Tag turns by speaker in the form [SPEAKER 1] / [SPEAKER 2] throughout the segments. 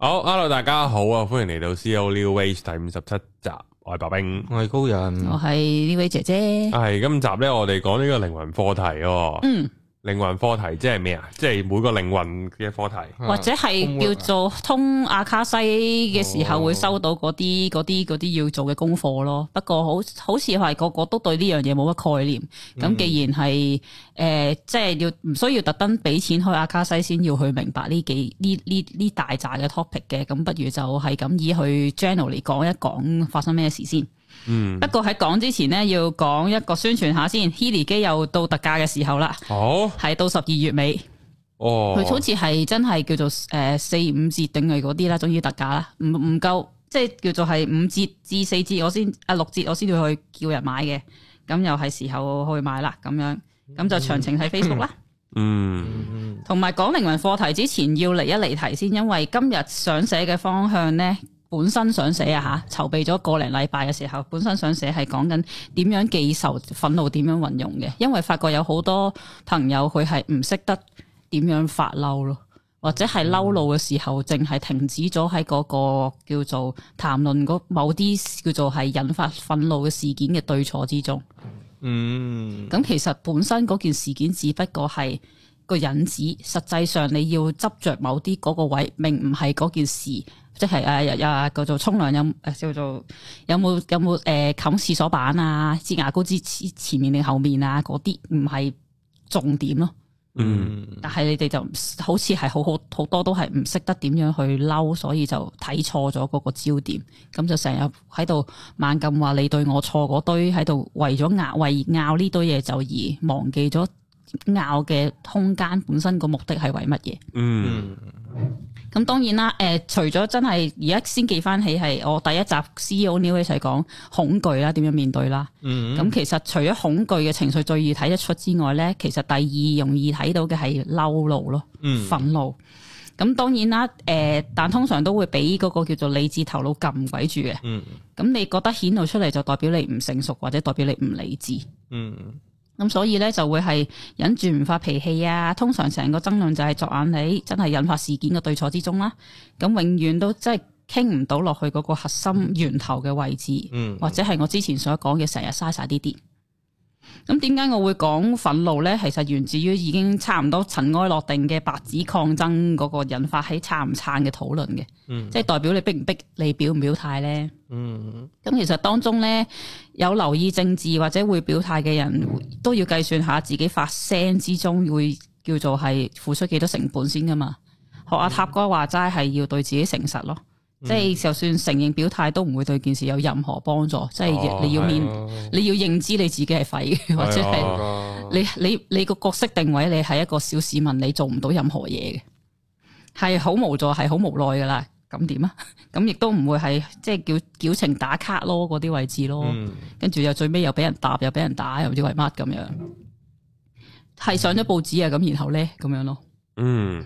[SPEAKER 1] 好，hello，大家好啊，歡迎嚟到 CEO New Age 第五十七集，我係白冰。
[SPEAKER 2] 我係高人，
[SPEAKER 3] 我係呢位姐姐，
[SPEAKER 1] 係今集咧，我哋講呢個靈魂課題哦。
[SPEAKER 3] 嗯，
[SPEAKER 1] 靈魂課題即係咩啊？即係每個靈魂嘅課題。
[SPEAKER 2] 啊
[SPEAKER 3] 或者係叫做通阿卡西嘅時候會收到嗰啲嗰啲嗰啲要做嘅功課咯。不過好好似係個個都對呢樣嘢冇乜概念。咁既然係誒、呃即係要唔需要特登俾錢去阿卡西先要去明白呢幾呢呢呢大扎嘅 topic 嘅，咁不如就係咁以去 general 嚟講一講發生咩事先。
[SPEAKER 1] 嗯
[SPEAKER 3] 不，過喺講之前呢，要講一個宣傳下先。Heli 機又到特價嘅時候啦，
[SPEAKER 1] 好，
[SPEAKER 3] 係到十二月尾。
[SPEAKER 1] 哦，
[SPEAKER 3] 佢好似係真係叫做誒四五折定係嗰啲啦，總之特價啦，唔唔夠，即係叫做係五折至四折，我先啊六折我先要去叫人買嘅，咁又係時候去買啦，咁樣咁就詳情喺 Facebook 啦。
[SPEAKER 1] 嗯，
[SPEAKER 3] 同埋講靈魂課題之前，要嚟一嚟題先，因為今日想寫嘅方向呢，本身想寫啊嚇，籌備咗個零禮拜嘅時候，本身想寫係講緊點樣記仇、憤怒點樣運用嘅，因為發覺有好多朋友佢係唔識得點樣發嬲咯。或者係嬲怒嘅時候，淨係停止咗喺嗰個叫做談論嗰某啲叫做係引發憤怒嘅事件嘅對錯之中。
[SPEAKER 2] 嗯，
[SPEAKER 3] 咁其實本身嗰件事件只不過係個引子，實際上你要執着某啲嗰個位，明唔係嗰件事，即係誒誒誒叫做沖涼有誒叫做有冇有冇誒冚廁所板啊，支牙膏支前前面定後面啊嗰啲唔係重點咯。
[SPEAKER 2] 嗯，
[SPEAKER 3] 但係你哋就唔好似係好好好多都係唔識得點樣去嬲，所以就睇錯咗嗰個焦點，咁就成日喺度猛咁話你對我錯嗰堆，喺度為咗拗為拗呢堆嘢就而忘記咗拗嘅空間本身個目的係為乜嘢？
[SPEAKER 1] 嗯，
[SPEAKER 3] 咁當然啦，誒、除咗真係而家先記翻起係我第一集 E CEO New 一齊講恐懼啦，點樣面對啦。
[SPEAKER 2] 嗯，
[SPEAKER 3] 咁、其實除咗恐懼嘅情緒最易睇得出之外咧，其實第二容易睇到嘅係嬲怒咯。
[SPEAKER 2] 嗯，
[SPEAKER 3] 憤怒。咁當然啦，誒、但通常都會俾嗰個叫做理智頭腦撳鬼住嘅。
[SPEAKER 2] 嗯，
[SPEAKER 3] 咁你覺得顯露出嚟就代表你唔成熟，或者代表你唔理智。
[SPEAKER 2] 嗯，
[SPEAKER 3] 咁所以咧就會係忍住唔發脾氣啊。通常成個爭論就係作眼你，真係引發事件嘅對錯之中啦。咁永遠都真係傾唔到落去嗰個核心源頭嘅位置。
[SPEAKER 2] 嗯，
[SPEAKER 3] 或者係我之前所講嘅成日嘥晒啲啲。咁點解我會講憤怒呢？其實源自於已經差唔多塵埃落定嘅白紙抗爭嗰個引發起撐唔撐嘅討論嘅，
[SPEAKER 2] 嗯
[SPEAKER 3] 即係代表你逼唔逼，你表唔表態呢？
[SPEAKER 2] 嗯，
[SPEAKER 3] 咁其實當中呢，有留意政治或者會表態嘅人，都要計算下自己發聲之中會叫做係付出幾多成本先噶嘛。學阿塔哥話齋係要對自己誠實咯，即係就算承認表態都唔會對件事有任何幫助，即
[SPEAKER 1] 哦
[SPEAKER 3] 係你要面
[SPEAKER 1] 係
[SPEAKER 3] 你要認知你自己係廢嘅，或者
[SPEAKER 1] 係
[SPEAKER 3] 係
[SPEAKER 2] 哦，
[SPEAKER 3] 你你你個角色定位，你係一個小市民，你做唔到任何嘢嘅，係好無助，係好無奈噶啦。咁點啊？ 咁亦都唔會係即係叫矯情打卡咯，嗰啲位置咯，
[SPEAKER 2] 嗯，
[SPEAKER 3] 跟住又最尾又俾人搭，又俾人打，又唔知為乜咁樣，係上咗報紙啊！咁然後咧咁樣咯。
[SPEAKER 1] 嗯，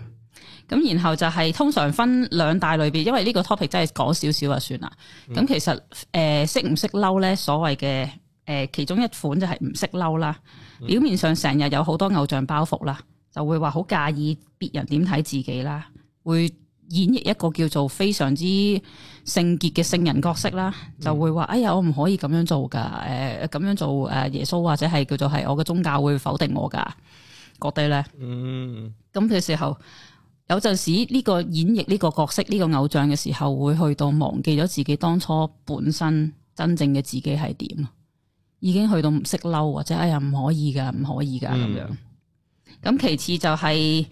[SPEAKER 3] 咁然後就係通常分兩大類別，因為呢個 topic 真係講少少就算啦。咁、其實誒識唔識嬲咧，所謂嘅誒、呃其中一款就係唔識嬲啦。表面上成日有好多偶像包袱啦，就會話好介意別人點睇自己啦，會演繹一個叫做非常之聖潔嘅聖人角色啦，就會話：哎呀，我唔可以咁樣做㗎，誒、呃咁樣做誒、耶穌或者係叫做係我嘅宗教會否定我㗎，覺得咧。
[SPEAKER 2] 嗯，
[SPEAKER 3] 咁嘅時候，有陣時呢個演繹呢個角色呢、個偶像嘅時候，會去到忘記咗自己當初本身真正嘅自己係點咯，已經去到唔識嬲或者哎呀唔可以噶，唔可以噶咁樣。咁、其次就係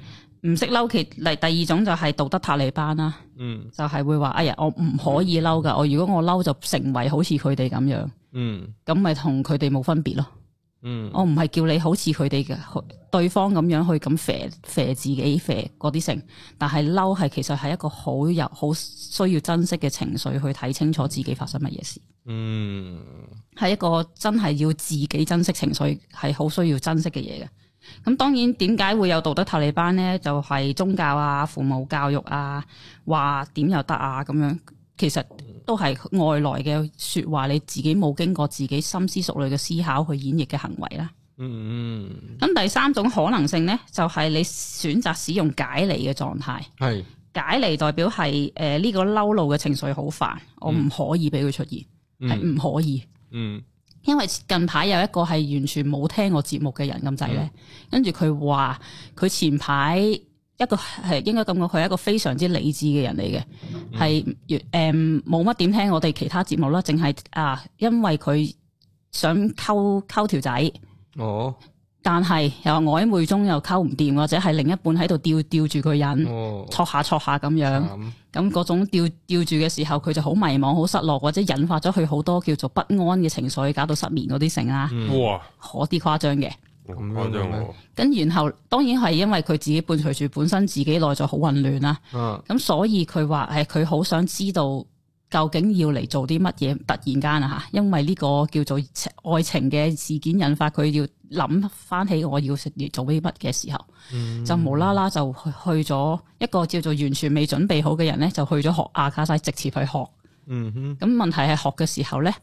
[SPEAKER 3] 唔識嬲，其嚟第二種就係道德塔利班啦，
[SPEAKER 2] 嗯，
[SPEAKER 3] 就係、會話哎呀我唔可以嬲噶，我如果我嬲就成為好似佢哋咁樣，
[SPEAKER 2] 嗯，
[SPEAKER 3] 咁咪同佢哋冇分別咯。
[SPEAKER 2] 嗯，
[SPEAKER 3] 我唔係叫你好似佢哋嘅對方咁樣去咁肥肥自己肥嗰啲成，但係嬲係其實係一個好有好需要珍惜嘅情緒去睇清楚自己發生乜嘢事，
[SPEAKER 2] 嗯，
[SPEAKER 3] 係一個真係要自己珍惜情緒係好需要珍惜嘅嘢嘅。咁當然點解會有道德塔利班呢？就係、宗教啊、父母教育啊，話點又得啊咁樣，其實都係外來嘅説話，你自己冇經過自己深思熟慮嘅思考去演繹嘅行為啦。
[SPEAKER 2] 嗯，
[SPEAKER 3] 咁第三種可能性呢，就係、你選擇使用解離嘅狀態，
[SPEAKER 2] 係，
[SPEAKER 3] 解離代表係誒呢個嬲怒嘅情緒好煩，我唔可以俾佢出現，係唔可以。
[SPEAKER 2] 嗯
[SPEAKER 3] 因為近排有一個係完全冇聽我節目嘅人咁滯咧，跟住佢話佢前排一個係應該咁講，佢係一個非常之理智嘅人嚟嘅，係誒冇乜點聽我哋其他節目啦，淨係啊因為佢想溝溝條仔，
[SPEAKER 2] 哦
[SPEAKER 3] 但係又曖昧中又溝唔掂，或者係另一半喺度吊吊住佢癮，
[SPEAKER 2] 哦，
[SPEAKER 3] 戳下戳下咁樣。
[SPEAKER 2] 慘
[SPEAKER 3] 咁嗰種吊吊住嘅時候，佢就好迷茫、好失落，或者引發咗佢好多叫做不安嘅情緒，搞到失眠嗰啲成啦，
[SPEAKER 2] 嗯
[SPEAKER 1] 哇，
[SPEAKER 3] 嗰啲誇張嘅。
[SPEAKER 1] 咁
[SPEAKER 2] 樣
[SPEAKER 1] 誇張
[SPEAKER 2] 嘅咩
[SPEAKER 1] 喎！
[SPEAKER 3] 咁然後當然係因為佢自己伴隨住本身自己內在好混亂啦，
[SPEAKER 2] 啊
[SPEAKER 3] 咁所以佢話誒佢好想知道究竟要嚟做啲乜嘢，突然間啊嚇，因為呢個叫做愛情嘅事件引發佢要諗翻起我要食做啲乜嘅時候，
[SPEAKER 2] 嗯
[SPEAKER 3] 就無啦啦就去去咗一個叫做完全未準備好嘅人咧，就去咗學阿卡西，直接去學。
[SPEAKER 2] 嗯哼
[SPEAKER 3] 咁問題係學嘅時候咧，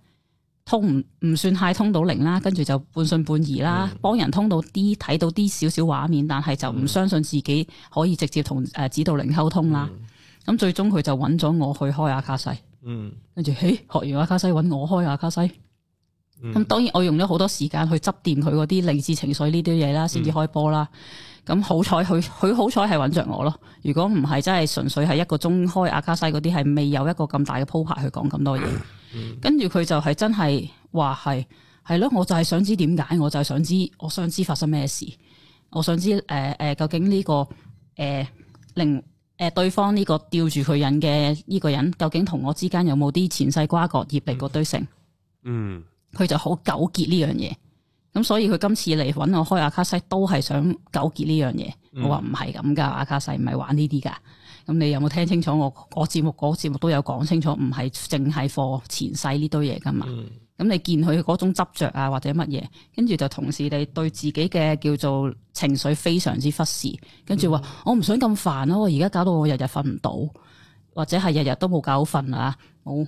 [SPEAKER 3] 通唔唔算太通到零啦，跟住就半信半疑啦，幫人通到啲睇到啲少少畫面，但係就唔相信自己可以直接同誒指導靈溝通啦。咁、最終佢就揾咗我去開阿卡西，
[SPEAKER 2] 嗯
[SPEAKER 3] 跟住嘿學完阿卡西揾我開阿卡西。
[SPEAKER 2] 嗯
[SPEAKER 3] 咁當然我用咗好多時間去執掂佢嗰啲理智情緒呢啲嘢啦，先至開波啦。咁好彩佢 佢好彩係揾着我咯。如果唔係真係純粹係一個鐘開阿卡西嗰啲，係未有一個咁大嘅鋪排去講咁多嘢。跟住佢就係真係話係係咯，我就係想知點解，我就係想知，我想知發生咩事，我想知誒誒、呃呃究竟呢、個誒令誒對方呢個吊住佢癮嘅呢個人，究竟同我之間有冇啲前世瓜葛業力嗰堆成？
[SPEAKER 1] 嗯，
[SPEAKER 3] 佢就好糾結呢樣嘢。咁所以佢今次嚟揾我開阿卡西，都係想糾結呢樣嘢。我話唔係咁噶，阿卡西唔係玩呢啲噶。咁你有冇聽清楚我我節目嗰節目都有講清楚，唔係淨係課前世呢堆嘢噶嘛。
[SPEAKER 2] 嗯
[SPEAKER 3] 咁你見佢嗰種執着啊，或者乜嘢，跟住就同時你對自己嘅叫做情緒非常之忽視，跟住話我唔想咁煩啊咯，我而家搞到我日日瞓唔到，或者係日日都冇覺好瞓啊，冇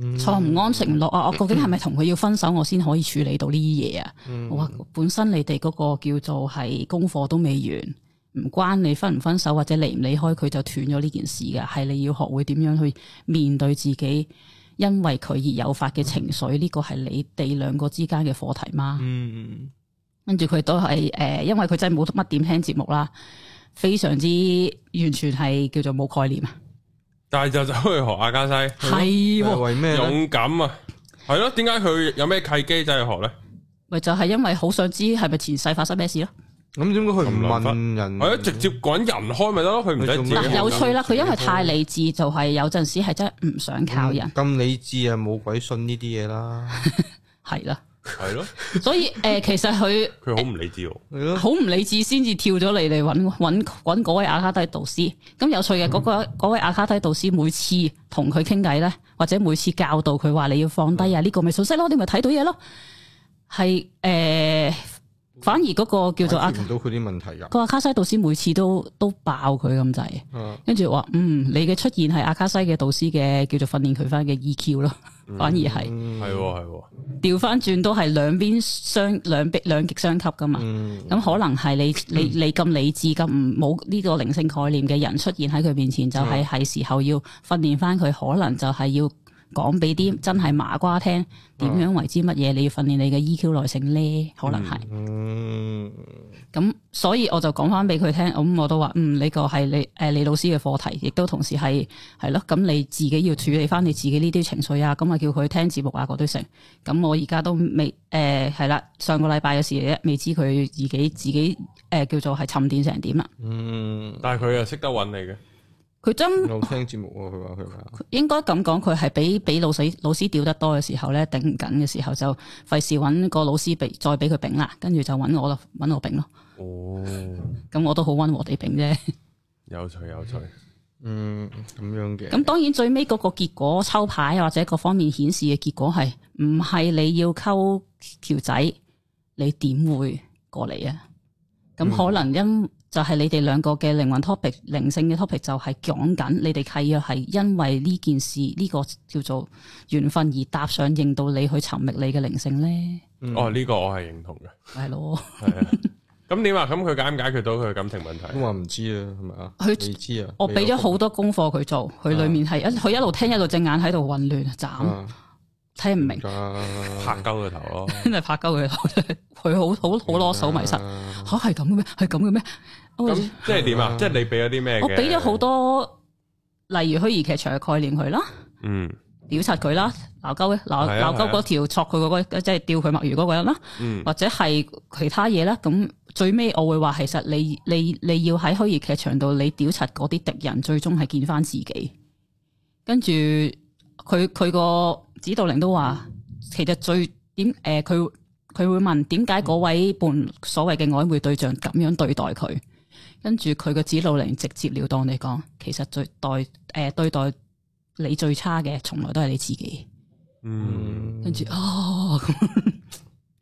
[SPEAKER 2] 嗯
[SPEAKER 3] 坐唔安食唔落啊，我究竟係咪同佢要分手，我先可以處理到呢啲嘢啊？
[SPEAKER 2] 嗯
[SPEAKER 3] 我話本身你哋嗰個叫做係功課都未完，唔關你分唔分手或者離唔離開佢就斷咗呢件事㗎，係你要學會點樣去面對自己，因為佢而誘發嘅情緒，呢個係你哋兩個之間嘅課題嗎？
[SPEAKER 2] 嗯
[SPEAKER 3] 跟住佢都係誒、呃因為佢真係冇乜點聽節目啦，非常之完全係叫做冇概念啊，
[SPEAKER 1] 但係就走去學阿加西，
[SPEAKER 3] 係
[SPEAKER 2] 係
[SPEAKER 3] 喎。
[SPEAKER 2] 為咩咧？
[SPEAKER 1] 勇敢啊！係咯，點解佢有咩契機走去學咧？
[SPEAKER 3] 咪就係因為好想知係咪前世發生咩事咯。
[SPEAKER 2] 咁點解佢唔
[SPEAKER 1] 咁諗法
[SPEAKER 2] 問人？
[SPEAKER 1] 係咯，直接搵人開咪得咯，佢唔使自己
[SPEAKER 2] 嗯佢仲
[SPEAKER 3] 嗱，
[SPEAKER 1] 學
[SPEAKER 3] 有趣啦，佢因為
[SPEAKER 2] 有趣
[SPEAKER 3] 太理智，就係有陣時係真係唔想靠人，
[SPEAKER 2] 咁理智啊，冇鬼信呢啲嘢啦，
[SPEAKER 3] 係啦。
[SPEAKER 1] 係咯，
[SPEAKER 3] 所以誒，其實佢
[SPEAKER 1] 佢好唔理智喎。
[SPEAKER 2] 係咯，
[SPEAKER 3] 好唔理智，先至跳咗嚟嚟揾揾揾嗰位阿卡低導師。咁有趣嘅嗰個嗰位阿卡低導師，每次同佢傾偈咧，或者每次教導佢話你要放低啊，呢個咪信息咯，你咪睇到嘢咯。係誒，反而嗰個叫做阿
[SPEAKER 2] 解決唔到佢啲問題㗎。
[SPEAKER 3] 個阿卡西導師，每次都都爆佢咁滯。
[SPEAKER 2] 嗯
[SPEAKER 3] 跟住話，嗯，你嘅出現係阿卡西嘅導師嘅叫做訓練佢翻嘅 EQ 咯，反而係
[SPEAKER 2] 嗯
[SPEAKER 1] 係喎係喎，
[SPEAKER 3] 調翻轉都係兩邊相兩邊兩極相吸噶嘛。
[SPEAKER 2] 嗯
[SPEAKER 3] 咁可能係你你你咁理智咁唔冇呢個靈性概念嘅人出現喺佢面前，就係係時候要訓練翻佢，可能就係要講俾啲真係麻瓜聽點樣為之乜嘢，你要訓練你嘅 EQ 耐性咧，可能係。
[SPEAKER 2] 嗯
[SPEAKER 3] 咁所以我就講翻俾佢聽，咁我都話，嗯，呢個係你誒李老師嘅課題，亦都同時係係咯，咁你自己要處理翻你自己呢啲情緒啊，咁啊叫佢聽節目啊嗰堆成，咁我而家都未誒係啦，上個禮拜嘅事嚟啫，未知佢自己自己誒、呃叫做係沉澱成點啦。啊
[SPEAKER 2] 嗯，
[SPEAKER 1] 但係佢又識得搵你嘅，
[SPEAKER 3] 佢真
[SPEAKER 2] 有聽節目喎，佢話佢話，
[SPEAKER 3] 應該咁講，佢係俾俾老師老師屌得多嘅時候咧，頂唔緊嘅時候就費事揾個老師俾再俾佢丙啦，跟住就揾我咯，揾我丙咯，
[SPEAKER 1] 哦，
[SPEAKER 3] 咁我都好温和地丙啫。
[SPEAKER 1] 有趣有趣，
[SPEAKER 2] 嗯咁樣嘅，
[SPEAKER 3] 咁當然最尾嗰個結果抽牌或者各方面顯示嘅結果係唔係你要溝條仔，你點會過嚟啊？咁可能因就係你哋兩個嘅靈魂 topic、靈性嘅 topic 就係講緊你哋契約係因為呢件事呢、個叫做緣分而搭上，認到你去尋覓你嘅靈性咧，
[SPEAKER 2] 嗯
[SPEAKER 1] 哦呢個我係認同嘅，
[SPEAKER 3] 係咯。
[SPEAKER 1] 係啊。咁點啊？咁佢解唔解決到佢嘅感情問題？
[SPEAKER 2] 咁話唔知啊，係咪啊？
[SPEAKER 3] 佢
[SPEAKER 2] 未知啊，
[SPEAKER 3] 我俾咗好多功課佢做，佢里面係一佢一路聽一路隻眼喺度混亂斬，
[SPEAKER 2] 啊，
[SPEAKER 3] 睇唔明，
[SPEAKER 1] 拍
[SPEAKER 2] 拍
[SPEAKER 1] 鳩個頭咯，
[SPEAKER 3] 真係拍鳩佢 頭，佢好好好攞手迷失
[SPEAKER 2] 啊
[SPEAKER 3] 吓係咁嘅咩？係咁嘅咩？我
[SPEAKER 1] 嗯咁即係點啊？即係你俾咗啲咩嘅？
[SPEAKER 3] 我俾咗好，多，例如虛擬劇場嘅概念佢啦，
[SPEAKER 1] 嗯
[SPEAKER 3] 屌柒佢啦，鬧鳩鬧
[SPEAKER 1] 係啊
[SPEAKER 3] 鬧鳩嗰條戳佢嗰個，即係吊佢墨魚嗰個人啦，
[SPEAKER 1] 嗯
[SPEAKER 3] 或者係其他嘢啦。咁最尾我會話，其實你你你要喺虛擬劇場度，你屌柒嗰啲敵人，最終係見翻自己。跟住佢佢個指導令都話，其實最點誒佢佢會問點解嗰位伴所謂嘅曖昧對象咁樣對待佢，跟住佢個指導令直接了當地講，其實最待誒、呃、對待你最差嘅，從來都係你自己。
[SPEAKER 1] 嗯，
[SPEAKER 2] 嗯
[SPEAKER 3] 跟住哦，咁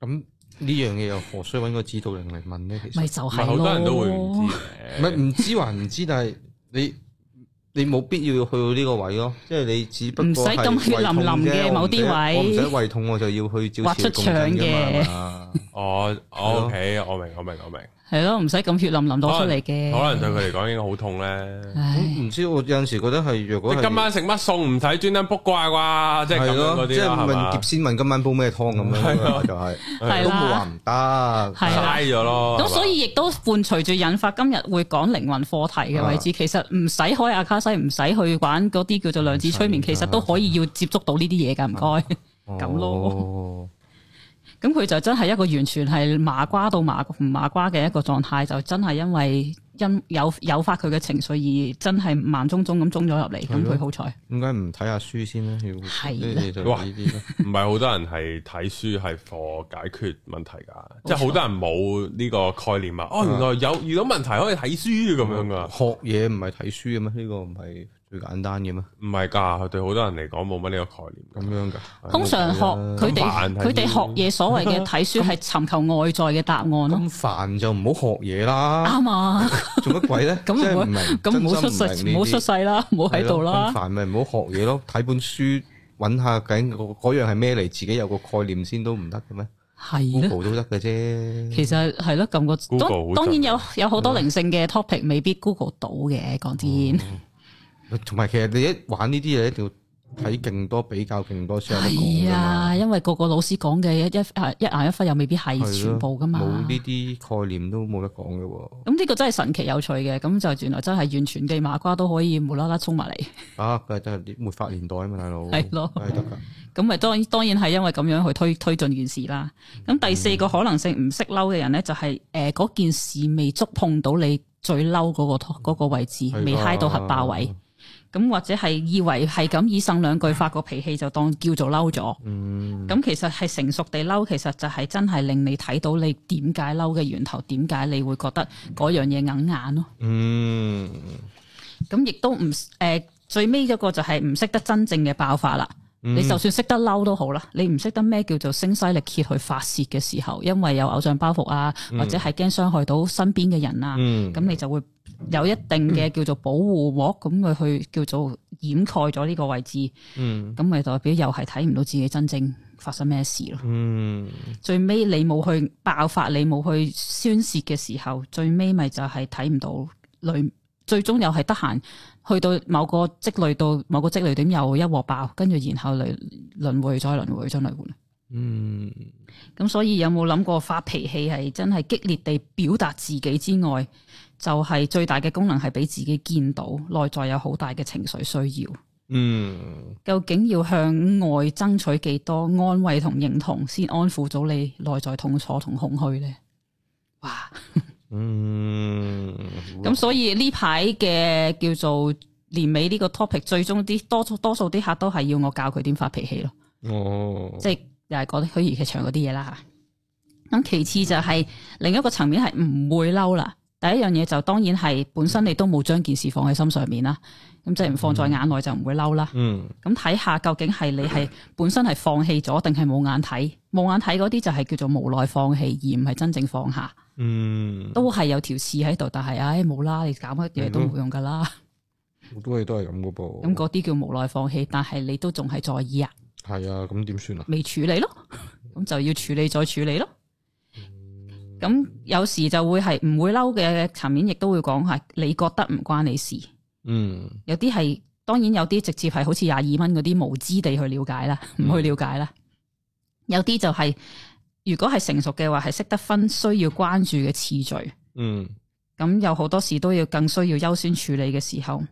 [SPEAKER 2] 咁呢樣嘢又何須揾個指導令嚟問咧？其實
[SPEAKER 3] 咪就
[SPEAKER 1] 唔
[SPEAKER 3] 係
[SPEAKER 1] 係好多人都會唔
[SPEAKER 3] 咯
[SPEAKER 1] 知。
[SPEAKER 2] 唔係
[SPEAKER 1] 嘅，
[SPEAKER 2] 唔知還唔知，但係你你冇必要去到呢個位咯，即係你只不過
[SPEAKER 3] 唔使咁
[SPEAKER 2] 係
[SPEAKER 3] 血
[SPEAKER 2] 胃痛
[SPEAKER 3] 淋淋
[SPEAKER 2] 啫
[SPEAKER 3] 嘅某啲位
[SPEAKER 2] 我唔使我唔使胃痛我就要去照
[SPEAKER 3] 畫出腸嘅
[SPEAKER 2] 嘛，
[SPEAKER 1] 我我哦 OK，我明我明我明，
[SPEAKER 3] 係咯，唔使咁血淋淋攞出嚟嘅。
[SPEAKER 1] 可能對佢嚟講已經好痛咧。
[SPEAKER 2] 係
[SPEAKER 3] 唉
[SPEAKER 2] 嘛，唔知我有陣時覺得係若果
[SPEAKER 1] 你
[SPEAKER 2] 係
[SPEAKER 1] 今晚食乜餸唔使專登 book 啩啩，即係咁
[SPEAKER 2] 係
[SPEAKER 1] 樣
[SPEAKER 2] 咯
[SPEAKER 1] 嗰，
[SPEAKER 2] 即係
[SPEAKER 1] 啲啦，係啊
[SPEAKER 2] 問
[SPEAKER 1] 嘛
[SPEAKER 2] 碟？仙問今晚煲咩湯咁樣啊，就係
[SPEAKER 3] 係
[SPEAKER 2] 都冇
[SPEAKER 3] 啦
[SPEAKER 2] 話唔得，
[SPEAKER 3] 係啦
[SPEAKER 1] 嘥咗咯。
[SPEAKER 3] 咁
[SPEAKER 1] 係嘛
[SPEAKER 3] 所以亦都伴隨住引發今日會講靈魂課題
[SPEAKER 2] 啊
[SPEAKER 3] 嘅位置，其實唔使開阿卡西，唔使去玩嗰啲叫做量子催眠，
[SPEAKER 2] 唔使嗯
[SPEAKER 3] 其
[SPEAKER 2] 㗎
[SPEAKER 3] 實都可以要接觸到呢啲嘢㗎，唔
[SPEAKER 2] 哦
[SPEAKER 3] 咁咯
[SPEAKER 2] 咯。
[SPEAKER 3] 該。咁佢就真係一個完全係麻瓜到麻唔麻瓜嘅一個狀態，就真係因為因有誘發佢嘅情緒而真係盲中中咁中咗入嚟，咁
[SPEAKER 2] 係咯
[SPEAKER 3] 佢好彩。
[SPEAKER 2] 點解唔睇下書先咧？要
[SPEAKER 3] 係
[SPEAKER 2] 即
[SPEAKER 3] 啦
[SPEAKER 2] 係就
[SPEAKER 1] 哇
[SPEAKER 2] 呢啲咯。
[SPEAKER 1] 唔係好多人係睇書係 for 解決問題㗎，
[SPEAKER 3] 錯
[SPEAKER 1] 即係好多人冇呢個概念啊！
[SPEAKER 3] 嗯
[SPEAKER 1] 哦，原來有遇到問題可以睇書咁樣啊㗎，
[SPEAKER 2] 學嘢唔係睇書嘅咩？呢個唔係最簡單嘅咩？
[SPEAKER 1] 唔係㗎，對好多人嚟講冇乜呢個概念。
[SPEAKER 2] 咁樣噶，
[SPEAKER 3] 通
[SPEAKER 2] 啊
[SPEAKER 3] 常學佢
[SPEAKER 1] 咁煩
[SPEAKER 3] 哋
[SPEAKER 1] 睇
[SPEAKER 3] 佢
[SPEAKER 1] 書
[SPEAKER 3] 哋學嘢所謂 嘅睇書係尋求外在嘅答案咯，
[SPEAKER 2] 咁煩就唔好學嘢啦，
[SPEAKER 3] 啱啊！
[SPEAKER 2] 做乜鬼咧？
[SPEAKER 3] 咁
[SPEAKER 2] 真係
[SPEAKER 3] 唔好
[SPEAKER 2] 唔明，
[SPEAKER 3] 咁唔好出
[SPEAKER 2] 真心
[SPEAKER 3] 世，
[SPEAKER 2] 明
[SPEAKER 3] 唔好
[SPEAKER 2] 呢啲
[SPEAKER 3] 出世啦，唔好喺度
[SPEAKER 2] 係咯咁
[SPEAKER 3] 啦。
[SPEAKER 2] 煩咪唔好學嘢咯，睇本書揾下究竟嗰嗰樣係咩嚟，自己有個概念先都唔得嘅咩
[SPEAKER 3] 係咯，
[SPEAKER 2] ？Google 都得嘅啫。
[SPEAKER 3] 其實係咯，撳個
[SPEAKER 1] Google
[SPEAKER 3] 當
[SPEAKER 1] 好
[SPEAKER 3] 當然
[SPEAKER 1] 準
[SPEAKER 3] 有有好多靈性嘅 topic 未必 Google 到嘅，講真
[SPEAKER 2] 同埋其實你一玩呢啲嘢，一定要睇勁多比較勁多先有得講
[SPEAKER 3] 係
[SPEAKER 2] 㗎嘛
[SPEAKER 3] 啊，因為個個老師講嘅一一一眼一忽又未必
[SPEAKER 2] 係
[SPEAKER 3] 係
[SPEAKER 2] 咯
[SPEAKER 3] 全部噶嘛。
[SPEAKER 2] 冇呢啲概念都冇得講嘅喎。
[SPEAKER 3] 咁呢個真係神奇有趣嘅，咁就原來真係完全嘅麻瓜都可以無啦啦衝埋嚟，
[SPEAKER 2] 啊，梗係得啲末法年代啊嘛，大佬
[SPEAKER 3] 係咯
[SPEAKER 2] 梗係得噶。
[SPEAKER 3] 咁咪當然當然係因為咁樣去推推進件事啦。
[SPEAKER 2] 嗯
[SPEAKER 3] 咁第四個可能性唔識嬲嘅人咧，就係誒嗰件事未觸碰到你最嬲嗰、個 to- 嗰個位置，
[SPEAKER 2] 係㗎
[SPEAKER 3] 未嗨到核爆位。咁或者係以為係咁以呻兩句發個脾氣就當叫做嬲咗，
[SPEAKER 2] 嗯，
[SPEAKER 3] 咁其實係成熟地嬲，其實就係真係令你睇到你點解嬲嘅源頭，點解你會覺得嗰樣嘢硬眼咯。
[SPEAKER 2] 嗯，
[SPEAKER 3] 咁亦都唔誒、呃最尾嗰個就係唔識得真正嘅爆發啦。你就算識得嬲都好啦，你唔識得咩叫做聲嘶力竭去發泄嘅時候，因為有偶像包袱啊，或者係驚傷害到身邊嘅人啊，
[SPEAKER 2] 嗯，
[SPEAKER 3] 咁你就會有一定嘅叫做保護膜，咁佢去叫做掩蓋咗呢個位置，
[SPEAKER 2] 嗯，
[SPEAKER 3] 咁咪代表又係睇唔到自己真正發生咩事咯。
[SPEAKER 2] 嗯，
[SPEAKER 3] 最尾你冇去爆發，你冇去宣泄嘅時候，最尾咪就係睇唔到累，最終又係得閒去到某個積累到某個積累點又一鑊爆，跟住然後嚟輪迴再輪迴再輪迴。
[SPEAKER 2] 嗯，
[SPEAKER 3] 啊咁所以有冇諗過發脾氣係真係激烈地表達自己之外，就係、最大嘅功能係俾自己見到內在有好大嘅情緒需要。
[SPEAKER 2] 嗯，
[SPEAKER 3] 究竟要向外爭取幾多安慰同認同，先安撫到你內在痛楚同空虛呢？哇！
[SPEAKER 2] 嗯，
[SPEAKER 3] 咁所以呢排嘅叫做年尾呢個 topic，最終啲多數多數啲客都係要我教佢點發脾氣咯，
[SPEAKER 2] 哦，
[SPEAKER 3] 即係又係講啲虛擬劇場嗰啲嘢啦吓。咁其次就係、另一個層面係唔會嬲啦。第一樣嘢就當然係本身你都冇將件事放喺心上面啦，咁即係唔放在眼內就唔會嬲啦。
[SPEAKER 2] 嗯，
[SPEAKER 3] 咁睇下究竟係你係本身係放棄咗，定係冇眼睇？冇眼睇嗰啲就係叫做無奈放棄，而唔係真正放下。
[SPEAKER 2] 嗯，
[SPEAKER 3] 都係有條刺喺度，但係唉冇啦，你搞乜嘢都冇用噶啦。
[SPEAKER 2] 好多嘢都係咁嘅噃。
[SPEAKER 3] 咁嗰啲叫無奈放棄，但係你都仲係在意啊，
[SPEAKER 2] 係啊，咁點算啊？
[SPEAKER 3] 未處理咯，咁就要處理再處理咯。咁有時就會係唔會嬲嘅層面，亦都會講係你覺得唔關你事。
[SPEAKER 2] 嗯
[SPEAKER 3] 有啲係當然有啲直接係好似廿二蚊嗰啲無知地去了解啦，唔去了解啦。有啲就係、如果係成熟嘅話，係識得分需要關注嘅次序。
[SPEAKER 2] 嗯
[SPEAKER 3] 咁有好多事都要更需要優先處理嘅時候，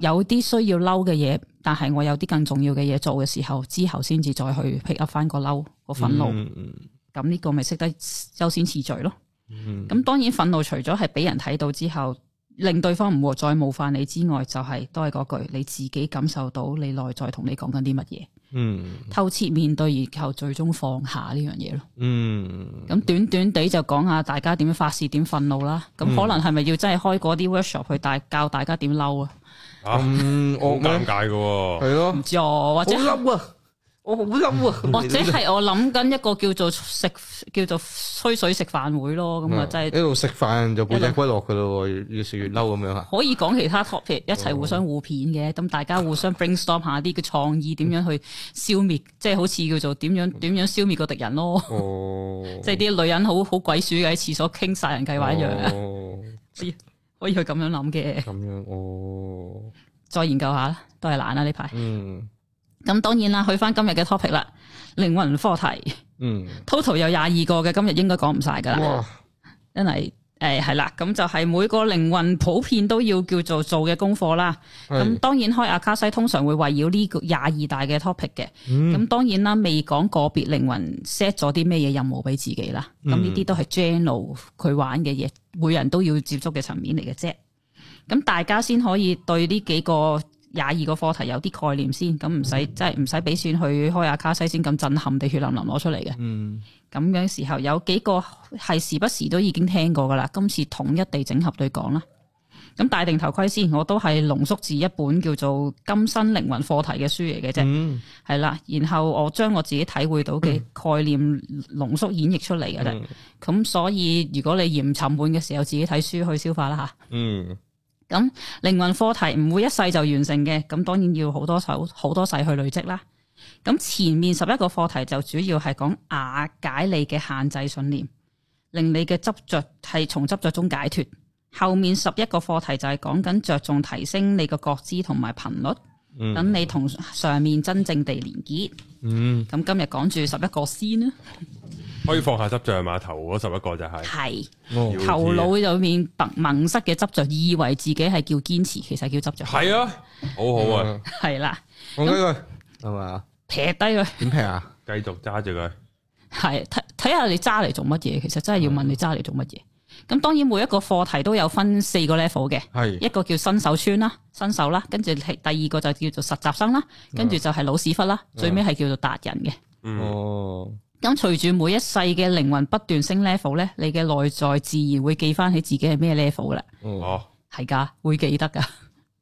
[SPEAKER 3] 有啲需要嬲嘅嘢，但係我有啲更重要嘅嘢做嘅時候，之後先至再去 pick up 翻個嬲個憤怒。
[SPEAKER 2] 嗯嗯
[SPEAKER 3] 咁呢、個咪識得優先次序咯。
[SPEAKER 2] 嗯
[SPEAKER 3] 咁當然憤怒除咗係俾人睇到之後，令對方唔會再冒犯你之外，就係、都係嗰句你自己感受到你內在同你講緊啲乜嘢，
[SPEAKER 2] 嗯
[SPEAKER 3] 透徹面對，然後最終放下呢樣嘢咯。
[SPEAKER 2] 嗯
[SPEAKER 3] 咁短短地就講下大家點樣發泄、點憤怒啦。咁
[SPEAKER 2] 嗯
[SPEAKER 3] 可能係咪要真係開嗰啲 workshop 去大教大家點嬲啊？
[SPEAKER 1] 啊，好
[SPEAKER 2] 嗯，我
[SPEAKER 1] 尷尬嘅喎，
[SPEAKER 2] 系咯
[SPEAKER 3] 唔，知哦，或
[SPEAKER 2] 好
[SPEAKER 3] 者
[SPEAKER 2] 嬲啊！我好 嬲啊！
[SPEAKER 3] 或者係我諗緊一個叫做食叫做吹水食飯會咯。咁啊，真係
[SPEAKER 2] 嗯一路食飯就背脊骨落噶咯喎，越越食越嬲咁樣啊！
[SPEAKER 3] 可以講其他
[SPEAKER 2] 哦
[SPEAKER 3] topic，一齊互相互片嘅，咁大家互相 brainstorm 下啲嘅創意，點樣去消滅，即係好似叫做點樣點樣消滅個敵人咯。
[SPEAKER 2] 嗯哦，
[SPEAKER 3] 即係啲女人好 好鬼鼠嘅喺廁所傾殺人計劃一樣 啊，
[SPEAKER 2] 哦，
[SPEAKER 3] 可以去咁樣諗嘅。
[SPEAKER 2] 咁樣哦，
[SPEAKER 3] 再研究下啦，都係難啦啊呢排。
[SPEAKER 2] 嗯
[SPEAKER 3] 咁當然啦，去翻今日嘅 topic 啦，靈魂課題
[SPEAKER 2] 嗯，
[SPEAKER 3] total 有廿二個嘅，今日應該講唔晒㗎啦。
[SPEAKER 2] 哇，
[SPEAKER 3] 因為誒係啦，咁就係每個靈魂普遍都要叫做做嘅功課啦。咁
[SPEAKER 2] 係
[SPEAKER 3] 當然開阿卡西通常會圍繞呢個廿二大嘅 topic 嘅。咁、當然啦，未講個別靈魂 set 咗啲咩嘢任務俾自己啦。咁呢啲都係 general 佢玩嘅嘢，每人都要接觸嘅層面嚟嘅啫。咁大家先可以對呢幾個廿二個課題有啲概念先，咁唔使即係唔使俾錢去開阿卡西先咁震撼地血淋淋攞出嚟嘅。
[SPEAKER 2] 嗯
[SPEAKER 3] 咁樣時候有幾個係時不時都已經聽過噶啦，今次統一地整合對講啦。咁戴定頭盔先，我都係濃縮自一本叫做《今生靈魂課題》嘅書嚟嘅啫，
[SPEAKER 2] 嗯
[SPEAKER 3] 係啦、然後我將我自己體會到嘅概念濃縮演繹出嚟嘅啫。咁、所以如果你嫌沉悶嘅時候，自己睇書去消化啦吓。
[SPEAKER 2] 嗯
[SPEAKER 3] 咁靈魂課題唔會一世就完成嘅，咁當然要好多手好多世去累積啦。咁前面十一個課題就主要係講瓦解你嘅限制信念，令你嘅執着係從執着中解脱。後面十一個課題就係講緊着重提升你嘅覺知同埋頻率，
[SPEAKER 2] 嗯
[SPEAKER 3] 等你同上面真正地連結。
[SPEAKER 2] 嗯，
[SPEAKER 3] 咁今日講住十一個先啦，
[SPEAKER 1] 可以放下執象碼頭嗰十一個就係
[SPEAKER 3] 係
[SPEAKER 2] 哦
[SPEAKER 1] 要
[SPEAKER 3] 頭腦裏面蒙蒙塞嘅執着，以為自己係叫堅持，其實叫執着。
[SPEAKER 1] 係啊，好好啊，
[SPEAKER 2] 嗯
[SPEAKER 3] 係啦，
[SPEAKER 2] 講緊佢係嘛？
[SPEAKER 3] 撇低佢。
[SPEAKER 2] 點平啊？
[SPEAKER 1] 繼續揸住佢，
[SPEAKER 3] 系睇睇下你揸嚟做乜嘢，其實真係要問你揸嚟做乜嘢。咁當然每一個課題都有分四個 level 嘅，
[SPEAKER 2] 係
[SPEAKER 3] 一個叫新手村啦、新手啦，跟住係第二個就叫做實習生啦，跟住就係老屎忽啦，最尾係叫做達人嘅。
[SPEAKER 1] 嗯，
[SPEAKER 2] 哦，
[SPEAKER 3] 咁隨住每一世嘅靈魂不斷升 level 咧，你嘅內在自然會記翻起自己係咩 level 噶啦，
[SPEAKER 2] 哦，
[SPEAKER 1] 哦，
[SPEAKER 3] 係㗎，會記得㗎。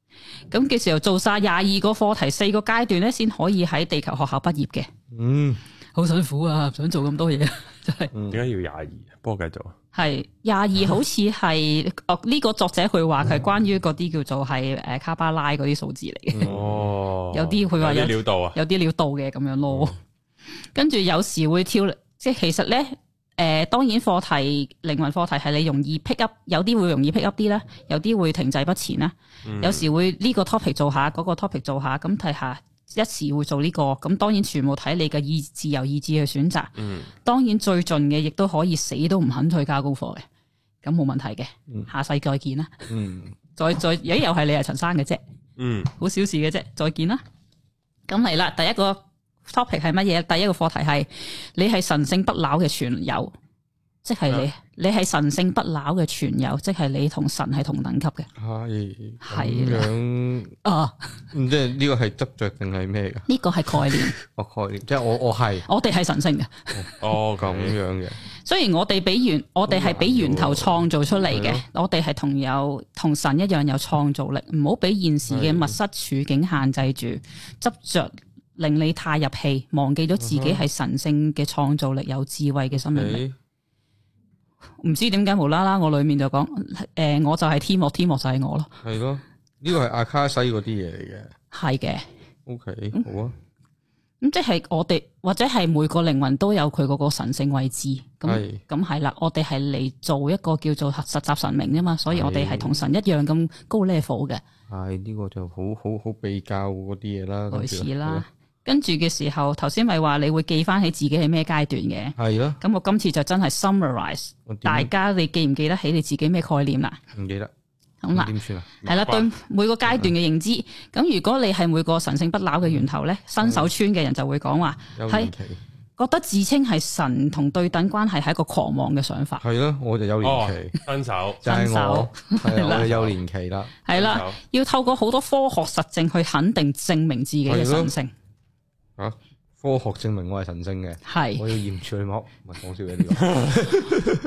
[SPEAKER 3] 咁嘅時候做晒廿二個課題四個階段咧，先可以喺地球學校畢業嘅。
[SPEAKER 2] 嗯
[SPEAKER 3] 好辛苦啊，唔想做咁多嘢， 真
[SPEAKER 1] 點
[SPEAKER 3] 係。
[SPEAKER 1] 解要廿二？不過繼續啊，
[SPEAKER 3] 系廿二，好似係哦呢個作者佢話佢係關於嗰啲叫做係诶卡巴拉嗰啲數字嚟嘅，
[SPEAKER 1] 哦，
[SPEAKER 3] 有啲佢話有
[SPEAKER 1] 有啲料到啊，
[SPEAKER 3] 有啲料到嘅咁樣咯。跟住有時會跳，即係其實咧诶、呃，当然課題靈魂課題係你容易 pick up，有啲會容易 pick up 啲啦，有啲會停滯不前啦，有時會呢個 topic 做下，嗰、個 topic 做下，咁睇下。一時會做呢、個，咁當然全部睇你嘅意自由意志去選擇。
[SPEAKER 1] 嗯
[SPEAKER 3] 當然最盡嘅亦都可以死都唔肯去交功課嘅，咁冇問題嘅。下世再見啦，
[SPEAKER 2] 嗯
[SPEAKER 3] 再再咦又係你係陳生嘅啫，
[SPEAKER 1] 嗯，
[SPEAKER 3] 好小事嘅啫，再見啦。咁嚟啦，第一個 topic 係乜嘢？第一個課題係你係神聖不朽嘅傳友，即係你你係神聖不朽嘅傳友，即係你同神係同等級嘅。
[SPEAKER 2] 係
[SPEAKER 3] 係
[SPEAKER 2] 咁樣，
[SPEAKER 3] 啊，
[SPEAKER 2] 即係呢個係執着定係咩㗎？
[SPEAKER 3] 呢個係概念，
[SPEAKER 2] 個概念，即係我我係
[SPEAKER 3] 我哋係神聖嘅。
[SPEAKER 1] 哦
[SPEAKER 2] 咁
[SPEAKER 1] 咁，
[SPEAKER 2] 樣嘅，
[SPEAKER 3] 雖然我哋俾源，我哋係俾源頭創造出嚟
[SPEAKER 2] 啊係
[SPEAKER 3] 嘅
[SPEAKER 2] 咯，
[SPEAKER 3] 我哋係同有同神一樣有創造力，唔好俾現時嘅密室處境限制住，執着令你太入戲，忘記咗自
[SPEAKER 2] 嗯
[SPEAKER 3] 己係神聖嘅創造力，有智慧嘅生命力。
[SPEAKER 2] 誒
[SPEAKER 3] 唔知點解無啦啦，我裡面就講，诶、我就係天幕，天幕就係我咯，
[SPEAKER 2] 係咯，呢個係阿卡西嗰啲嘢嚟嘅。
[SPEAKER 3] 係嘅。
[SPEAKER 2] O K，好啊，
[SPEAKER 3] 咁即係我哋或者係每個靈魂都有佢嗰個神聖位置，
[SPEAKER 1] 係
[SPEAKER 3] 咁咁係啦，我哋係嚟做一個叫做實習神明啫嘛，所以我哋係同神一樣咁高 level 嘅
[SPEAKER 2] 係呢個就好好好比較嗰啲嘢啦，
[SPEAKER 3] 類
[SPEAKER 2] 跟住
[SPEAKER 3] 似啦。
[SPEAKER 2] 啊
[SPEAKER 3] 跟住嘅時候，頭先咪話你會記翻起自己係咩階段嘅，
[SPEAKER 2] 係啦，
[SPEAKER 3] 咁我今次就真係 summarize
[SPEAKER 2] 我點
[SPEAKER 3] 大家你記唔記得起你自己咩概念啦？
[SPEAKER 2] 唔記得
[SPEAKER 3] 咁啦
[SPEAKER 2] 咁。點算啊？
[SPEAKER 3] 系啦，對每個階段嘅認知。咁如果你係每個神聖不朽嘅源頭咧，新手村嘅人就會講話，
[SPEAKER 2] 休
[SPEAKER 3] 係
[SPEAKER 2] 年期
[SPEAKER 3] 覺得自稱係神同對等關係係一個狂妄嘅想法。
[SPEAKER 2] 係啦，我就休
[SPEAKER 1] 哦
[SPEAKER 2] 年期，，
[SPEAKER 1] 新手
[SPEAKER 2] 就係我
[SPEAKER 3] 新手
[SPEAKER 2] 係啊我就休年期啦。
[SPEAKER 3] 係啦，，要透過好多科學實證去肯定證明自己嘅神聖。
[SPEAKER 2] 啊，科學證明我係神聖嘅，
[SPEAKER 3] 係，
[SPEAKER 2] 我要驗血膜，唔係講笑嘅呢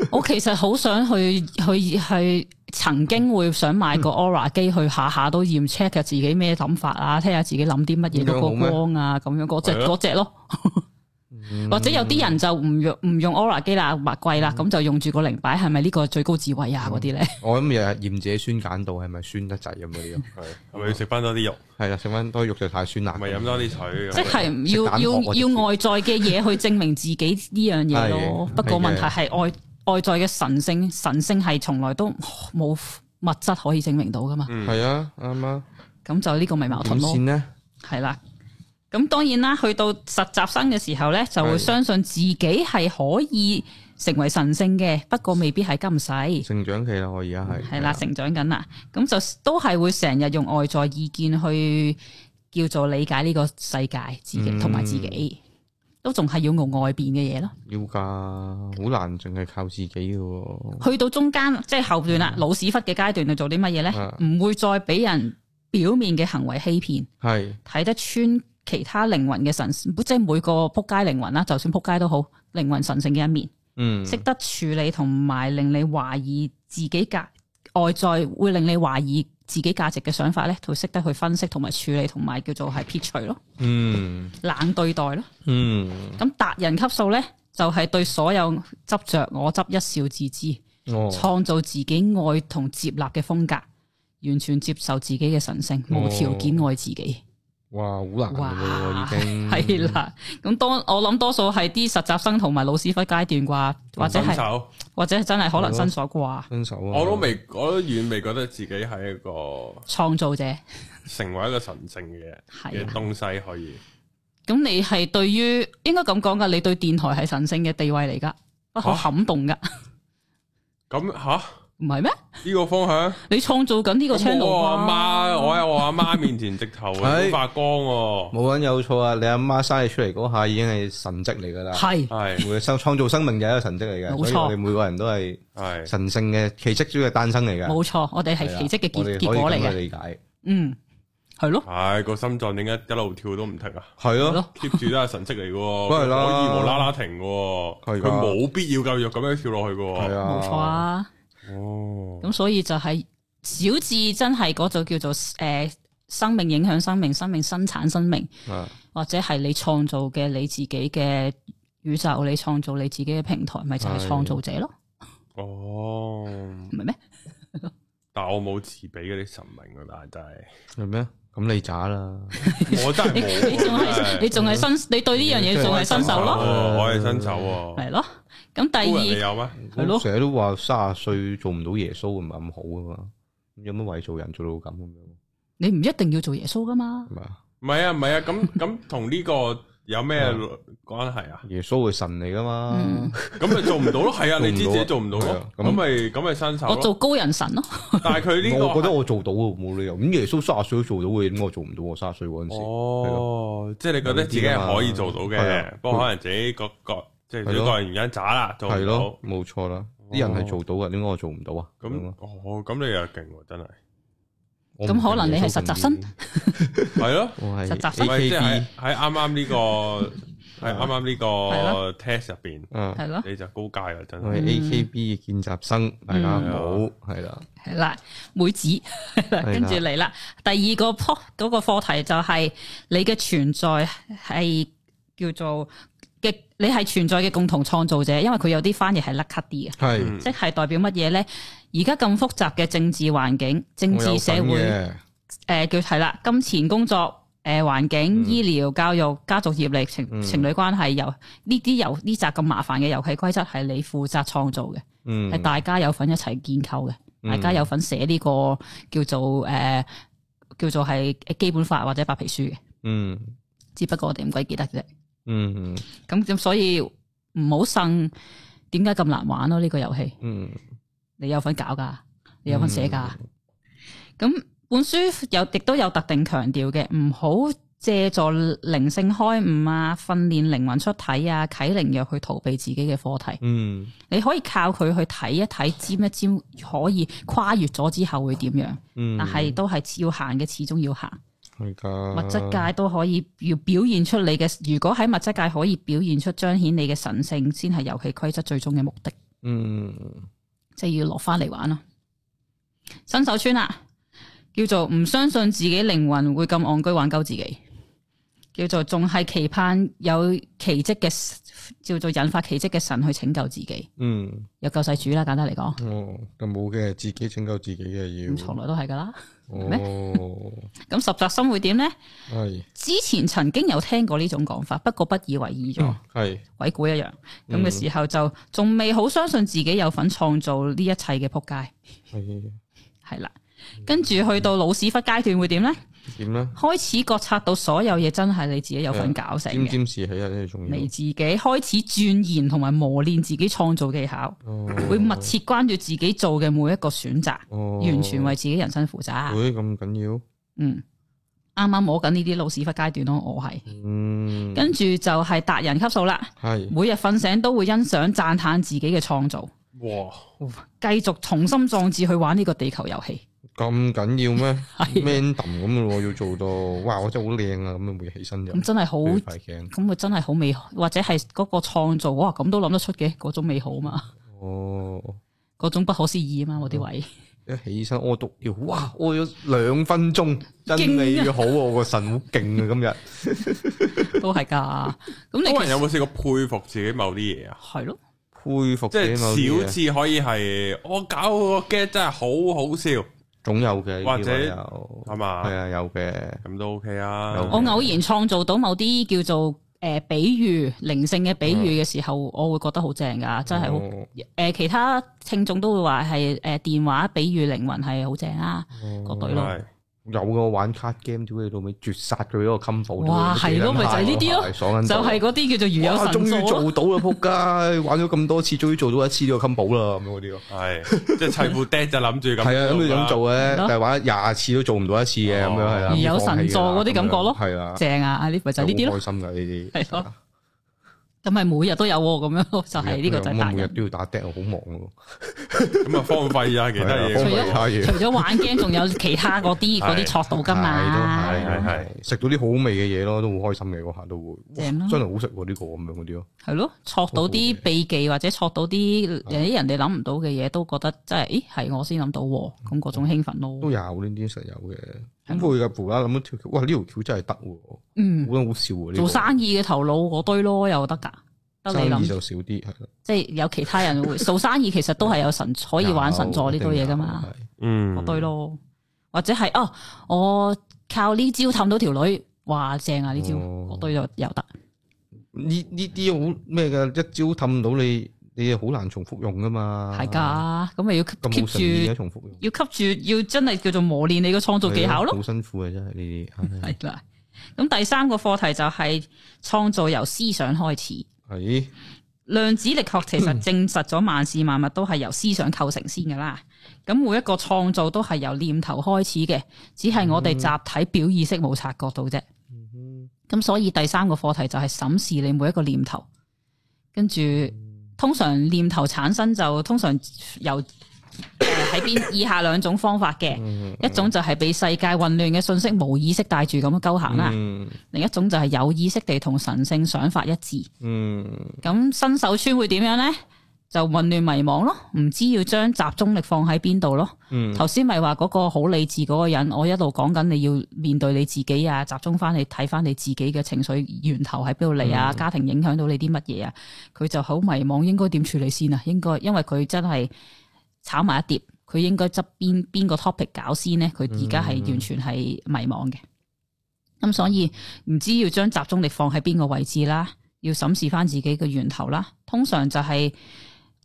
[SPEAKER 2] 個。
[SPEAKER 3] 我其實好想去去去，曾經會想買個 Aura 機去下下都驗 check 下自己咩諗法啊，睇下自己諗啲乜嘢
[SPEAKER 2] 咁樣
[SPEAKER 3] 嗰
[SPEAKER 2] 好咩
[SPEAKER 3] 個光啊，咁樣嗰只
[SPEAKER 1] 係啊
[SPEAKER 3] 嗰只咯。 或者
[SPEAKER 2] 嗯
[SPEAKER 3] 有啲人就唔用唔用 Aura 機啦，物貴啦，咁就用住個靈擺，係咪呢個最高智慧啊？嗰啲咧，
[SPEAKER 2] 我諗日日驗自己酸鹼度係咪酸得滯咁嗰啲啊？
[SPEAKER 1] 係咪要食翻多啲肉，
[SPEAKER 2] 係啦，食翻多肉就太酸啦。
[SPEAKER 1] 咪飲多啲水咁樣？
[SPEAKER 3] 即係
[SPEAKER 2] 食
[SPEAKER 3] 要
[SPEAKER 2] 蛋殼
[SPEAKER 3] 要
[SPEAKER 2] 我就知
[SPEAKER 3] 要外在嘅嘢去證明自己呢樣嘢
[SPEAKER 2] 係。
[SPEAKER 3] 咯不過問題
[SPEAKER 2] 係
[SPEAKER 3] 係外外在嘅神性，神性係從來都冇物質可以證明到噶嘛。
[SPEAKER 1] 嗯
[SPEAKER 2] 係啊，啱啊。
[SPEAKER 3] 咁就呢個咪矛
[SPEAKER 2] 點
[SPEAKER 3] 盾咯
[SPEAKER 2] 先，呢？
[SPEAKER 3] 係啦。咁當然啦，去到實習生嘅時候咧，就
[SPEAKER 2] 係
[SPEAKER 3] 會相信自己係可以成為神性嘅，不過未必係今世。
[SPEAKER 2] 成長期啦，我而家係
[SPEAKER 3] 嗯
[SPEAKER 2] 啊
[SPEAKER 3] 係啦，，成長緊啦，咁就都係會成日用外在意見去叫做理解呢個世界、自己
[SPEAKER 2] 嗯
[SPEAKER 3] 同埋自己，都仲係要用外邊嘅嘢咯。
[SPEAKER 2] 要㗎，好難淨係靠自己嘅喎。
[SPEAKER 3] 去到中間即係後段啦，老屎忽嘅階段，去做啲乜嘢
[SPEAKER 2] 嗯啊
[SPEAKER 3] 呢？唔會再俾人表面嘅行為欺騙，
[SPEAKER 2] 係
[SPEAKER 3] 睇得穿其他靈魂嘅神，即係每個仆街靈魂啦，就算仆街都好，靈魂神聖嘅一面。
[SPEAKER 2] 嗯
[SPEAKER 3] 識得處理同埋令你懷疑自己價外在會令你懷疑自己價值嘅想法咧，就識得去分析同埋處理同埋叫做係撇除咯，
[SPEAKER 2] 嗯
[SPEAKER 3] 冷對待咯。
[SPEAKER 2] 嗯，
[SPEAKER 3] 咁達人級數咧，就係、對所有執着我執一笑置之，
[SPEAKER 2] 哦
[SPEAKER 3] 創造自己愛同接納嘅風格，完全接受自己嘅神性，
[SPEAKER 2] 哦
[SPEAKER 3] 無條件愛自己。
[SPEAKER 2] 哇，好難
[SPEAKER 3] 哇
[SPEAKER 2] 㗎喎已經
[SPEAKER 3] 係啦，咁多我諗多數係啲實習生同埋老師傅階段啩，或者
[SPEAKER 1] 新
[SPEAKER 3] 係
[SPEAKER 1] 手，
[SPEAKER 3] 或者係真係可能新手啩，
[SPEAKER 2] 分手啊！
[SPEAKER 1] 我都未，我都遠未覺得自己係一個
[SPEAKER 3] 創造者。
[SPEAKER 1] 成為一個神聖嘅嘅
[SPEAKER 3] 係啊
[SPEAKER 1] 東西可以。
[SPEAKER 3] 咁你係對於應該咁講噶，你對電台係神聖嘅地位嚟噶，不可撼動噶，
[SPEAKER 1] 咁吓
[SPEAKER 3] 唔係咩？
[SPEAKER 1] 呢個方向？
[SPEAKER 3] 你創造緊呢個
[SPEAKER 1] 咁
[SPEAKER 3] channel
[SPEAKER 1] 我
[SPEAKER 3] 啊
[SPEAKER 1] 阿媽，我喺我阿媽面前直頭
[SPEAKER 2] 係
[SPEAKER 1] 會發光喎，
[SPEAKER 2] 冇人有錯啊！你阿媽生你出嚟嗰下已經係神蹟嚟㗎啦，
[SPEAKER 3] 係
[SPEAKER 1] 係
[SPEAKER 2] 每生創造生命就係一個神蹟嚟嘅，
[SPEAKER 3] 冇
[SPEAKER 2] 所以
[SPEAKER 3] 錯
[SPEAKER 2] 我哋每個人都係
[SPEAKER 1] 係
[SPEAKER 2] 神聖嘅奇蹟主嘅誕生嚟嘅，
[SPEAKER 3] 冇錯，我哋係奇蹟嘅
[SPEAKER 2] 啊我哋可
[SPEAKER 3] 結
[SPEAKER 2] 以
[SPEAKER 3] 結果嚟
[SPEAKER 2] 咁去
[SPEAKER 3] 嘅，
[SPEAKER 2] 理解
[SPEAKER 3] 嗯，係咯，
[SPEAKER 1] 係個心臟點解一路跳都唔停啊？
[SPEAKER 2] 係
[SPEAKER 3] 係
[SPEAKER 2] 咯
[SPEAKER 3] 咯。
[SPEAKER 1] keep 住都係神跡嚟嘅喎，
[SPEAKER 2] 梗係
[SPEAKER 1] 佢
[SPEAKER 2] 啦
[SPEAKER 1] 可以無啦啦停嘅喎，
[SPEAKER 2] 係㗎
[SPEAKER 1] 佢冇必要繼續咁樣跳落去嘅
[SPEAKER 2] 係
[SPEAKER 1] 喎。
[SPEAKER 2] 啊，
[SPEAKER 3] 冇錯啊。
[SPEAKER 1] 哦，
[SPEAKER 3] 咁所以就係小至真係嗰種叫做诶、呃生命影響生命，生命生產生命，
[SPEAKER 2] 啊，
[SPEAKER 3] 或者係你創造嘅你自己嘅宇宙，你創造你自己嘅平台，咪就係
[SPEAKER 2] 係
[SPEAKER 3] 創造者咯，
[SPEAKER 1] 哦，
[SPEAKER 3] 唔係咩？
[SPEAKER 1] 但我冇慈悲嗰啲神明啊，但係
[SPEAKER 2] 係咩？咁你渣啦，
[SPEAKER 1] 真係我真係
[SPEAKER 3] 你
[SPEAKER 1] 冇，
[SPEAKER 3] 你仲
[SPEAKER 1] 真
[SPEAKER 3] 係你仲係新，你對呢樣嘢仲係新手咯
[SPEAKER 1] 我係新手。喎我係新手喎。
[SPEAKER 3] 系咯。咁
[SPEAKER 1] 哦高人啊
[SPEAKER 3] 第
[SPEAKER 1] 你
[SPEAKER 3] 二
[SPEAKER 1] 有咩？
[SPEAKER 3] 係咯
[SPEAKER 2] 我成日都話卅歲做唔到耶穌唔係咁好㗎嘛，咁有乜為做人做到咁咁樣？
[SPEAKER 3] 你唔一定要做耶穌噶嘛，
[SPEAKER 2] 係咪啊？
[SPEAKER 1] 唔係啊，唔係啊，咁咁同呢個有咩關係啊？
[SPEAKER 2] 耶穌係神嚟㗎嘛
[SPEAKER 3] 嗯？
[SPEAKER 1] 咁咪做唔到 咯？係啊，
[SPEAKER 2] 做唔到啊
[SPEAKER 1] 你知自己做唔到
[SPEAKER 2] 係
[SPEAKER 1] 咯
[SPEAKER 2] 啊，咁
[SPEAKER 1] 咁咪咁咪新手
[SPEAKER 3] 我做
[SPEAKER 1] 咯。
[SPEAKER 3] 高人神咯，
[SPEAKER 1] 但係佢呢個
[SPEAKER 2] 我覺得我做到喎，冇理由。咁耶穌卅歲都做到嘅，咁我做唔到。我卅歲嗰陣時，
[SPEAKER 1] 哦，即係你覺得自己係可以做到
[SPEAKER 2] 係啊
[SPEAKER 1] 嘅，不過可能自己個個即係自己
[SPEAKER 2] 係咯
[SPEAKER 1] 個人原因渣啦，做
[SPEAKER 2] 係
[SPEAKER 1] 唔
[SPEAKER 2] 咯
[SPEAKER 1] 到。，
[SPEAKER 2] 冇錯啦。啲人係做到嘅，點解我做唔到啊？咁樣
[SPEAKER 1] 咁
[SPEAKER 2] 咯
[SPEAKER 1] 哦，咁你又勁喎，真係
[SPEAKER 2] 我唔
[SPEAKER 3] 咁可能你係
[SPEAKER 2] 耶穌
[SPEAKER 3] 實習生
[SPEAKER 2] 咁樣
[SPEAKER 1] 係咯，
[SPEAKER 2] 我係
[SPEAKER 3] 實習
[SPEAKER 1] 唔
[SPEAKER 3] 生
[SPEAKER 1] 係即係
[SPEAKER 2] AKB
[SPEAKER 1] 喺啱啱 呢個喺啱啱呢
[SPEAKER 3] 係
[SPEAKER 1] 個 test 入邊，
[SPEAKER 2] 啊
[SPEAKER 3] 系，咯，
[SPEAKER 1] 你就高階啦，真
[SPEAKER 2] 我
[SPEAKER 1] 係
[SPEAKER 2] 係
[SPEAKER 3] 嗯
[SPEAKER 2] AKB 嘅見習生，大家好，係啦，
[SPEAKER 3] 系啦，妹子，係啦
[SPEAKER 2] 係啦
[SPEAKER 3] 跟住嚟啦。第二個 po 嗰個課題就係你嘅存在係叫做嘅，你係存在嘅共同創造者，因為佢有啲翻譯係甩咳啲嘅，
[SPEAKER 2] 係
[SPEAKER 1] 嗯
[SPEAKER 3] 即係代表乜嘢咧？而家咁複雜嘅政治環境、政
[SPEAKER 2] 我有
[SPEAKER 3] 治社
[SPEAKER 2] 份
[SPEAKER 3] 會。
[SPEAKER 2] 嘅
[SPEAKER 3] 呃誒、叫係啦，金錢工作、誒環境、醫療、教育、家族業力、情
[SPEAKER 2] 嗯
[SPEAKER 3] 情侶關係，由呢啲由呢集咁麻煩嘅遊戲規則係你負責創造嘅，
[SPEAKER 2] 嗯
[SPEAKER 3] 係、大家有份一齊建構嘅，
[SPEAKER 2] 嗯
[SPEAKER 3] 大家有份寫呢個叫做誒、呃叫做係呃基本法或者白皮書嘅，
[SPEAKER 2] 嗯
[SPEAKER 3] 只不過我哋唔鬼記得啫。
[SPEAKER 2] 嗯
[SPEAKER 3] 咁咁所以唔好信，點解咁難玩咯？呢、個遊戲
[SPEAKER 2] 嗯
[SPEAKER 3] 你有份搞噶，你有份寫噶。咁、本書有亦都有特定強調嘅，唔好借助靈性開悟啊、訓練靈魂出體啊、啟靈藥去逃避自己嘅課題。
[SPEAKER 2] 嗯
[SPEAKER 3] 你可以靠佢去睇一睇、尖一尖，可以跨越咗之後會點樣？
[SPEAKER 2] 嗯，
[SPEAKER 3] 但係都係要行嘅，始終要行。
[SPEAKER 2] 係噶
[SPEAKER 3] 物質界都可以要表現出你嘅，如果喺物質界可以表現出彰顯你嘅神性，先係遊戲規則最終嘅目的，
[SPEAKER 2] 嗯
[SPEAKER 3] 即係要落翻嚟玩咯。新手村啦，叫做唔相信自己靈魂會咁戇居玩鳩自己，叫做仲係期盼有奇蹟嘅，叫做引發奇蹟嘅神去拯救自己，
[SPEAKER 2] 嗯
[SPEAKER 3] 有救世主啦，簡單嚟講，
[SPEAKER 2] 哦，就冇嘅，自己拯救自己嘅要
[SPEAKER 3] 咁從來都係噶啦。
[SPEAKER 2] 哦，
[SPEAKER 3] 咁十澤心會點呢？
[SPEAKER 2] 係
[SPEAKER 3] 之前曾經有聽過呢種講法，不過不以為意咗。
[SPEAKER 2] 係
[SPEAKER 3] 鬼故一樣咁嘅時候，就仲未好相信自己有份創造呢一切嘅撲街，
[SPEAKER 2] 係
[SPEAKER 3] 係啦。跟住去到老屎忽階段會點呢？
[SPEAKER 2] 點咧？
[SPEAKER 3] 開始覺察到所有嘢真係你自己有份搞成
[SPEAKER 2] 沾
[SPEAKER 3] 嘅，
[SPEAKER 2] 沾士氣啊，呢啲重要
[SPEAKER 3] 你。自己開始鑽研同埋磨練自己創造技巧，
[SPEAKER 2] 哦
[SPEAKER 3] 會密切關注自己做嘅每一個選擇，
[SPEAKER 2] 哦
[SPEAKER 3] 完全為自己人生負責。
[SPEAKER 2] 會咁緊要？
[SPEAKER 3] 嗯，啱啱摸緊呢啲老屎忽階段咯，我係
[SPEAKER 2] 嗯，
[SPEAKER 3] 跟住就係達人級數啦，
[SPEAKER 2] 係
[SPEAKER 3] 每日瞓醒都會欣賞讚歎自己嘅創造。
[SPEAKER 1] 哇！
[SPEAKER 3] 繼續重心壯志去玩呢個地球遊戲。
[SPEAKER 2] 咁緊要咩
[SPEAKER 3] 係
[SPEAKER 2] ？man 咁嘅喎，要做到哇！我真係好靚啊，咁樣會起身就
[SPEAKER 3] 咁真係好，
[SPEAKER 2] 好
[SPEAKER 3] 咁
[SPEAKER 2] 快鏡
[SPEAKER 3] 佢真係好美好，或者係嗰個創造，哇！咁都諗得出嘅嗰種美好嘛，
[SPEAKER 2] 哦。
[SPEAKER 3] 嗰種不可思議啊嘛，
[SPEAKER 2] 嗯
[SPEAKER 3] 嗰啲位
[SPEAKER 2] 一起身屙督尿，哇！屙咗兩分鐘，真你好啊！我個腎好勁啊！
[SPEAKER 3] 都 係㗎。咁你
[SPEAKER 1] 多人
[SPEAKER 3] 其
[SPEAKER 1] 有
[SPEAKER 3] 實
[SPEAKER 1] 冇試過佩服自己某啲嘢啊？
[SPEAKER 3] 係咯，
[SPEAKER 2] 今日佩服
[SPEAKER 1] 即係
[SPEAKER 2] 嘅某啲
[SPEAKER 1] 小
[SPEAKER 2] 嘢，
[SPEAKER 1] 至可以係我搞個 get 真係好好笑，
[SPEAKER 2] 總有嘅，
[SPEAKER 1] 或者
[SPEAKER 2] 係
[SPEAKER 1] 係嘛
[SPEAKER 2] 係啊，有嘅，
[SPEAKER 1] 咁都 OK 啊。
[SPEAKER 2] 有
[SPEAKER 3] 我偶然創造到某啲叫做誒、呃比喻靈性嘅比喻嘅時候，我會覺得好正㗎，真係好。
[SPEAKER 2] 嗯哦
[SPEAKER 3] 誒其他聽眾都會話係誒電話比喻靈魂係好正啊，嗰隊咯。
[SPEAKER 1] 係
[SPEAKER 2] 有嘅，我玩 card game 屌你老味，絕殺佢嗰個 combo，
[SPEAKER 3] 哇係咯咪就係呢啲咯
[SPEAKER 2] 係爽緊
[SPEAKER 3] 就
[SPEAKER 2] 到
[SPEAKER 3] 係嗰啲叫做如有
[SPEAKER 2] 哇
[SPEAKER 3] 神
[SPEAKER 2] 終於
[SPEAKER 3] 助
[SPEAKER 2] 做
[SPEAKER 3] 咯
[SPEAKER 2] 到啦，仆街！ 玩咗咁多次，終於做到一次呢個 combo 啦，咁樣嗰啲咯。
[SPEAKER 1] 係，即係砌副 d 就哦諗住咁。
[SPEAKER 2] 係啊，咁你咁
[SPEAKER 1] 樣
[SPEAKER 2] 做嘅，
[SPEAKER 3] 係咯
[SPEAKER 2] 但係玩咗廿次都做唔到一次嘅，咁樣係啦。
[SPEAKER 3] 如有
[SPEAKER 2] 放棄
[SPEAKER 3] 神
[SPEAKER 2] 㗎
[SPEAKER 3] 助嗰啲感覺咯
[SPEAKER 2] 係啊，
[SPEAKER 3] 正啊！呢咪就係呢啲咯
[SPEAKER 2] 好。開心㗎呢啲。
[SPEAKER 3] 係咯咁咪每日都有喎，咁樣咯，就係呢個就係
[SPEAKER 2] 啊咁我
[SPEAKER 3] 達
[SPEAKER 2] 每日
[SPEAKER 3] 人。
[SPEAKER 2] 都要打的，我好忙喎。
[SPEAKER 1] 咁啊荒廢啊其他嘢。
[SPEAKER 3] 除
[SPEAKER 2] 係
[SPEAKER 3] 咗
[SPEAKER 2] 啊荒廢其他嘢
[SPEAKER 3] 除咗玩 game，仲有其他嗰 啲嗰啲錯到噶嘛，
[SPEAKER 2] 係都係係嗯係食到啲好味嘅嘢咯，都好開心嘅嗰下都會。
[SPEAKER 3] 正咯
[SPEAKER 2] 哇
[SPEAKER 3] 哦
[SPEAKER 2] 真係好食喎呢個咁樣嗰啲咯。
[SPEAKER 3] 係咯，錯到啲秘技或者錯到啲
[SPEAKER 2] 啊
[SPEAKER 3] 有啲人哋諗唔到嘅嘢，都覺得真係，咦係我先諗到喎，咁嗰種興奮
[SPEAKER 2] 都
[SPEAKER 3] 咯。
[SPEAKER 2] 有呢啲實有嘅。咁佢嘅無啦啦諗到條橋，哇！呢條橋真係得喎，
[SPEAKER 3] 嗯，
[SPEAKER 2] 好好笑喎。呢個
[SPEAKER 3] 做生意嘅頭腦嗰堆咯，又得㗎，得你
[SPEAKER 2] 生意
[SPEAKER 3] 諗，
[SPEAKER 2] 就少啲，係啦
[SPEAKER 3] 即係有其他 人會做生意，其實都係有神可以玩神助呢堆嘢㗎
[SPEAKER 2] 啊
[SPEAKER 3] 嘛，。
[SPEAKER 1] 嗯
[SPEAKER 3] 嗰堆咯，或者係哦，我靠呢招氹到條女，哇正啊呢招，
[SPEAKER 2] 哦
[SPEAKER 3] 嗰堆就又得。
[SPEAKER 2] 有呢呢啲好咩嘅，一招氹到你，你好難重複用噶嘛。
[SPEAKER 3] 係，㗎，咁咪要 keep
[SPEAKER 2] 啊咁冇誠意啊嘅
[SPEAKER 3] keep 住，
[SPEAKER 2] 重複用。
[SPEAKER 3] 要 keep 住，要真係叫做磨練你個創造技巧
[SPEAKER 2] 係
[SPEAKER 3] 咯。
[SPEAKER 2] 好辛苦嘅真係呢啲。係
[SPEAKER 3] 係啦，咁第三個課題就係創造由思想開始。
[SPEAKER 2] 係
[SPEAKER 3] 量子力學其實證實咗萬事萬物都係由思想構成先㗎啦。咁每一個創造都係由念頭開始嘅，只係我哋集體表意識冇察覺到啫。咁所以第三個課題就係審視你每一個念頭，跟住通常念頭產生就通常由呃喺邊以下兩種方法嘅，
[SPEAKER 2] 嗯
[SPEAKER 3] 一種就係被世界混亂嘅信息無意識帶住咁樣鳩行啦，
[SPEAKER 2] 嗯
[SPEAKER 3] 另一種就係有意識地同神聖想法一致。
[SPEAKER 2] 嗯。
[SPEAKER 3] 咁新手村會點樣呢？就混亂迷茫咯，唔知要將集中力放喺邊度咯。
[SPEAKER 2] 嗯
[SPEAKER 3] 頭先咪話嗰個好理智嗰個人，我一路講緊你要面對你自己啊，集中翻你睇翻你自己嘅情緒源頭喺邊度嚟啊，家庭影響到你啲乜嘢啊，佢就好迷茫，應該點處理先啊？應該因為佢真係炒埋一碟，佢應該執邊邊個 topic 搞先呢？佢而家係完全係迷茫嘅。咁所以唔知要將集中力放喺邊個位置啦，要審視翻自己嘅源頭啦。通常就係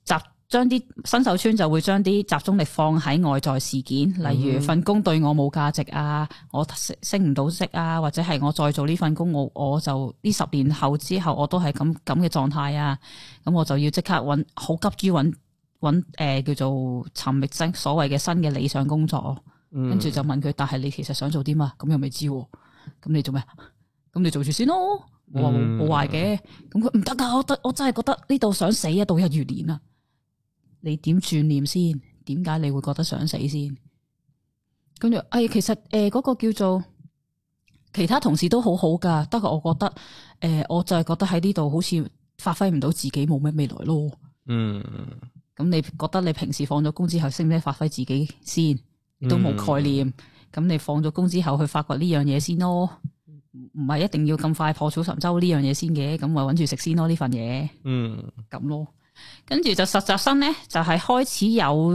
[SPEAKER 3] 集將啲新手村就會將啲集中力放喺外在事件，例如份工對我冇價值啊，我升升唔到職啊，或者係我再做呢份工，我我就呢十年後之後我都係咁咁嘅狀態啊，咁我就要即刻揾好急於揾揾誒叫做尋覓新所謂嘅新嘅理想工作。
[SPEAKER 2] 嗯
[SPEAKER 3] 跟住就問佢，但係你其實想做啲嘛？咁又未知喎，咁你做咩？啊咁你做住先咯。我話
[SPEAKER 2] 嗯
[SPEAKER 3] 冇壞嘅，咁佢唔得噶，我得我真係覺得呢度想死啊，度日如年啊！你點轉念先？點解你會覺得想死先？跟住，哎，其實诶嗰、個叫做其他同事都好好噶，不過我覺得诶、呃我就係覺得喺呢度好似發揮唔到自己，冇咩未來咯。
[SPEAKER 2] 嗯，
[SPEAKER 3] 咁你覺得你平時放咗工之後，識唔識發揮自己先？
[SPEAKER 2] 嗯
[SPEAKER 3] 都冇概念。咁、你放咗工之後去發掘呢樣嘢先咯，唔係一定要咁快破釜沉舟呢樣嘢先嘅。咁咪揾住食先咯呢份嘢
[SPEAKER 2] 嗯
[SPEAKER 3] 咁咯。跟住就實習生咧，就係、開始有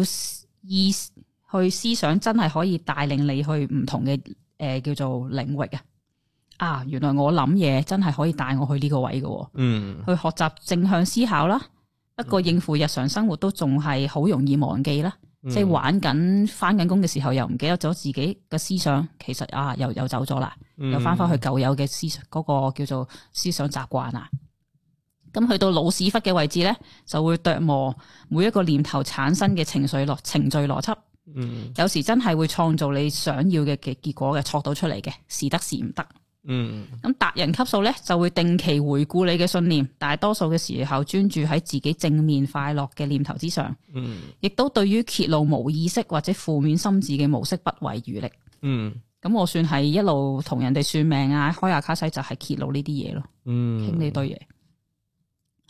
[SPEAKER 3] 意思去思想，真係可以帶領你去唔同嘅誒、呃叫做領域啊。啊，原來我諗嘢真係可以帶我去呢個位嘅喎。
[SPEAKER 2] 嗯
[SPEAKER 3] 去學習正向思考啦。不過應付日常生活都仲係好容易忘記啦，
[SPEAKER 2] 嗯
[SPEAKER 3] 即係玩緊翻緊工嘅時候又唔記得咗自己嘅思想，其實啊又又走咗啦，
[SPEAKER 2] 嗯
[SPEAKER 3] 又翻返去舊有嘅思想嗰、個叫做思想習慣啊。咁去到老屎忽嘅位置咧，就會琢磨每一個念頭產生嘅情緒邏程序邏輯，
[SPEAKER 2] 嗯
[SPEAKER 3] 有時真係會創造你想要嘅嘅結果嘅，錯到出嚟嘅，是得是唔得。
[SPEAKER 2] 嗯
[SPEAKER 3] 咁達人級數咧就會定期回顧你嘅信念，大多數嘅時候專注喺自己正面快樂嘅念頭之上，
[SPEAKER 2] 嗯
[SPEAKER 3] 亦都對於揭露無意識或者負面心智嘅模式不遺餘力。
[SPEAKER 2] 嗯
[SPEAKER 3] 咁我算係一路同人哋算命啊，開下卡西就係揭露呢啲嘢咯，
[SPEAKER 2] 嗯，
[SPEAKER 3] 傾呢堆嘢。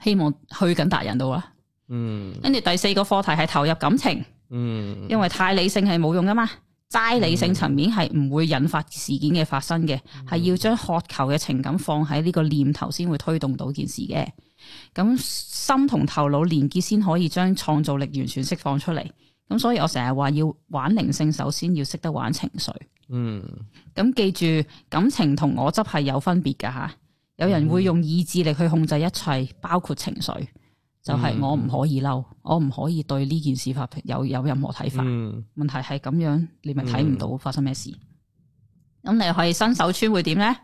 [SPEAKER 3] 希望去緊達人度啦。
[SPEAKER 2] 嗯
[SPEAKER 3] 跟住第四個課題係投入感情，
[SPEAKER 2] 嗯
[SPEAKER 3] 因為太理性係冇用噶嘛，齋理性層面係唔會引發事件嘅發生嘅，係要將渴求嘅情感放喺呢個念頭先會推動到件事嘅。咁心同頭腦連結先可以將創造力完全釋放出嚟。咁所以我成日話要玩靈性，首先要識得玩情緒。
[SPEAKER 2] 嗯
[SPEAKER 3] 咁記住，感情同我執係有分別㗎吓。有人會用意志力去控制一切，包括情緒，就係我唔可以嬲，我唔可以對呢件事發有有任何睇法。
[SPEAKER 2] 嗯
[SPEAKER 3] 問題係咁樣，你咪睇唔到發生咩事。咁你係新手村會點呢？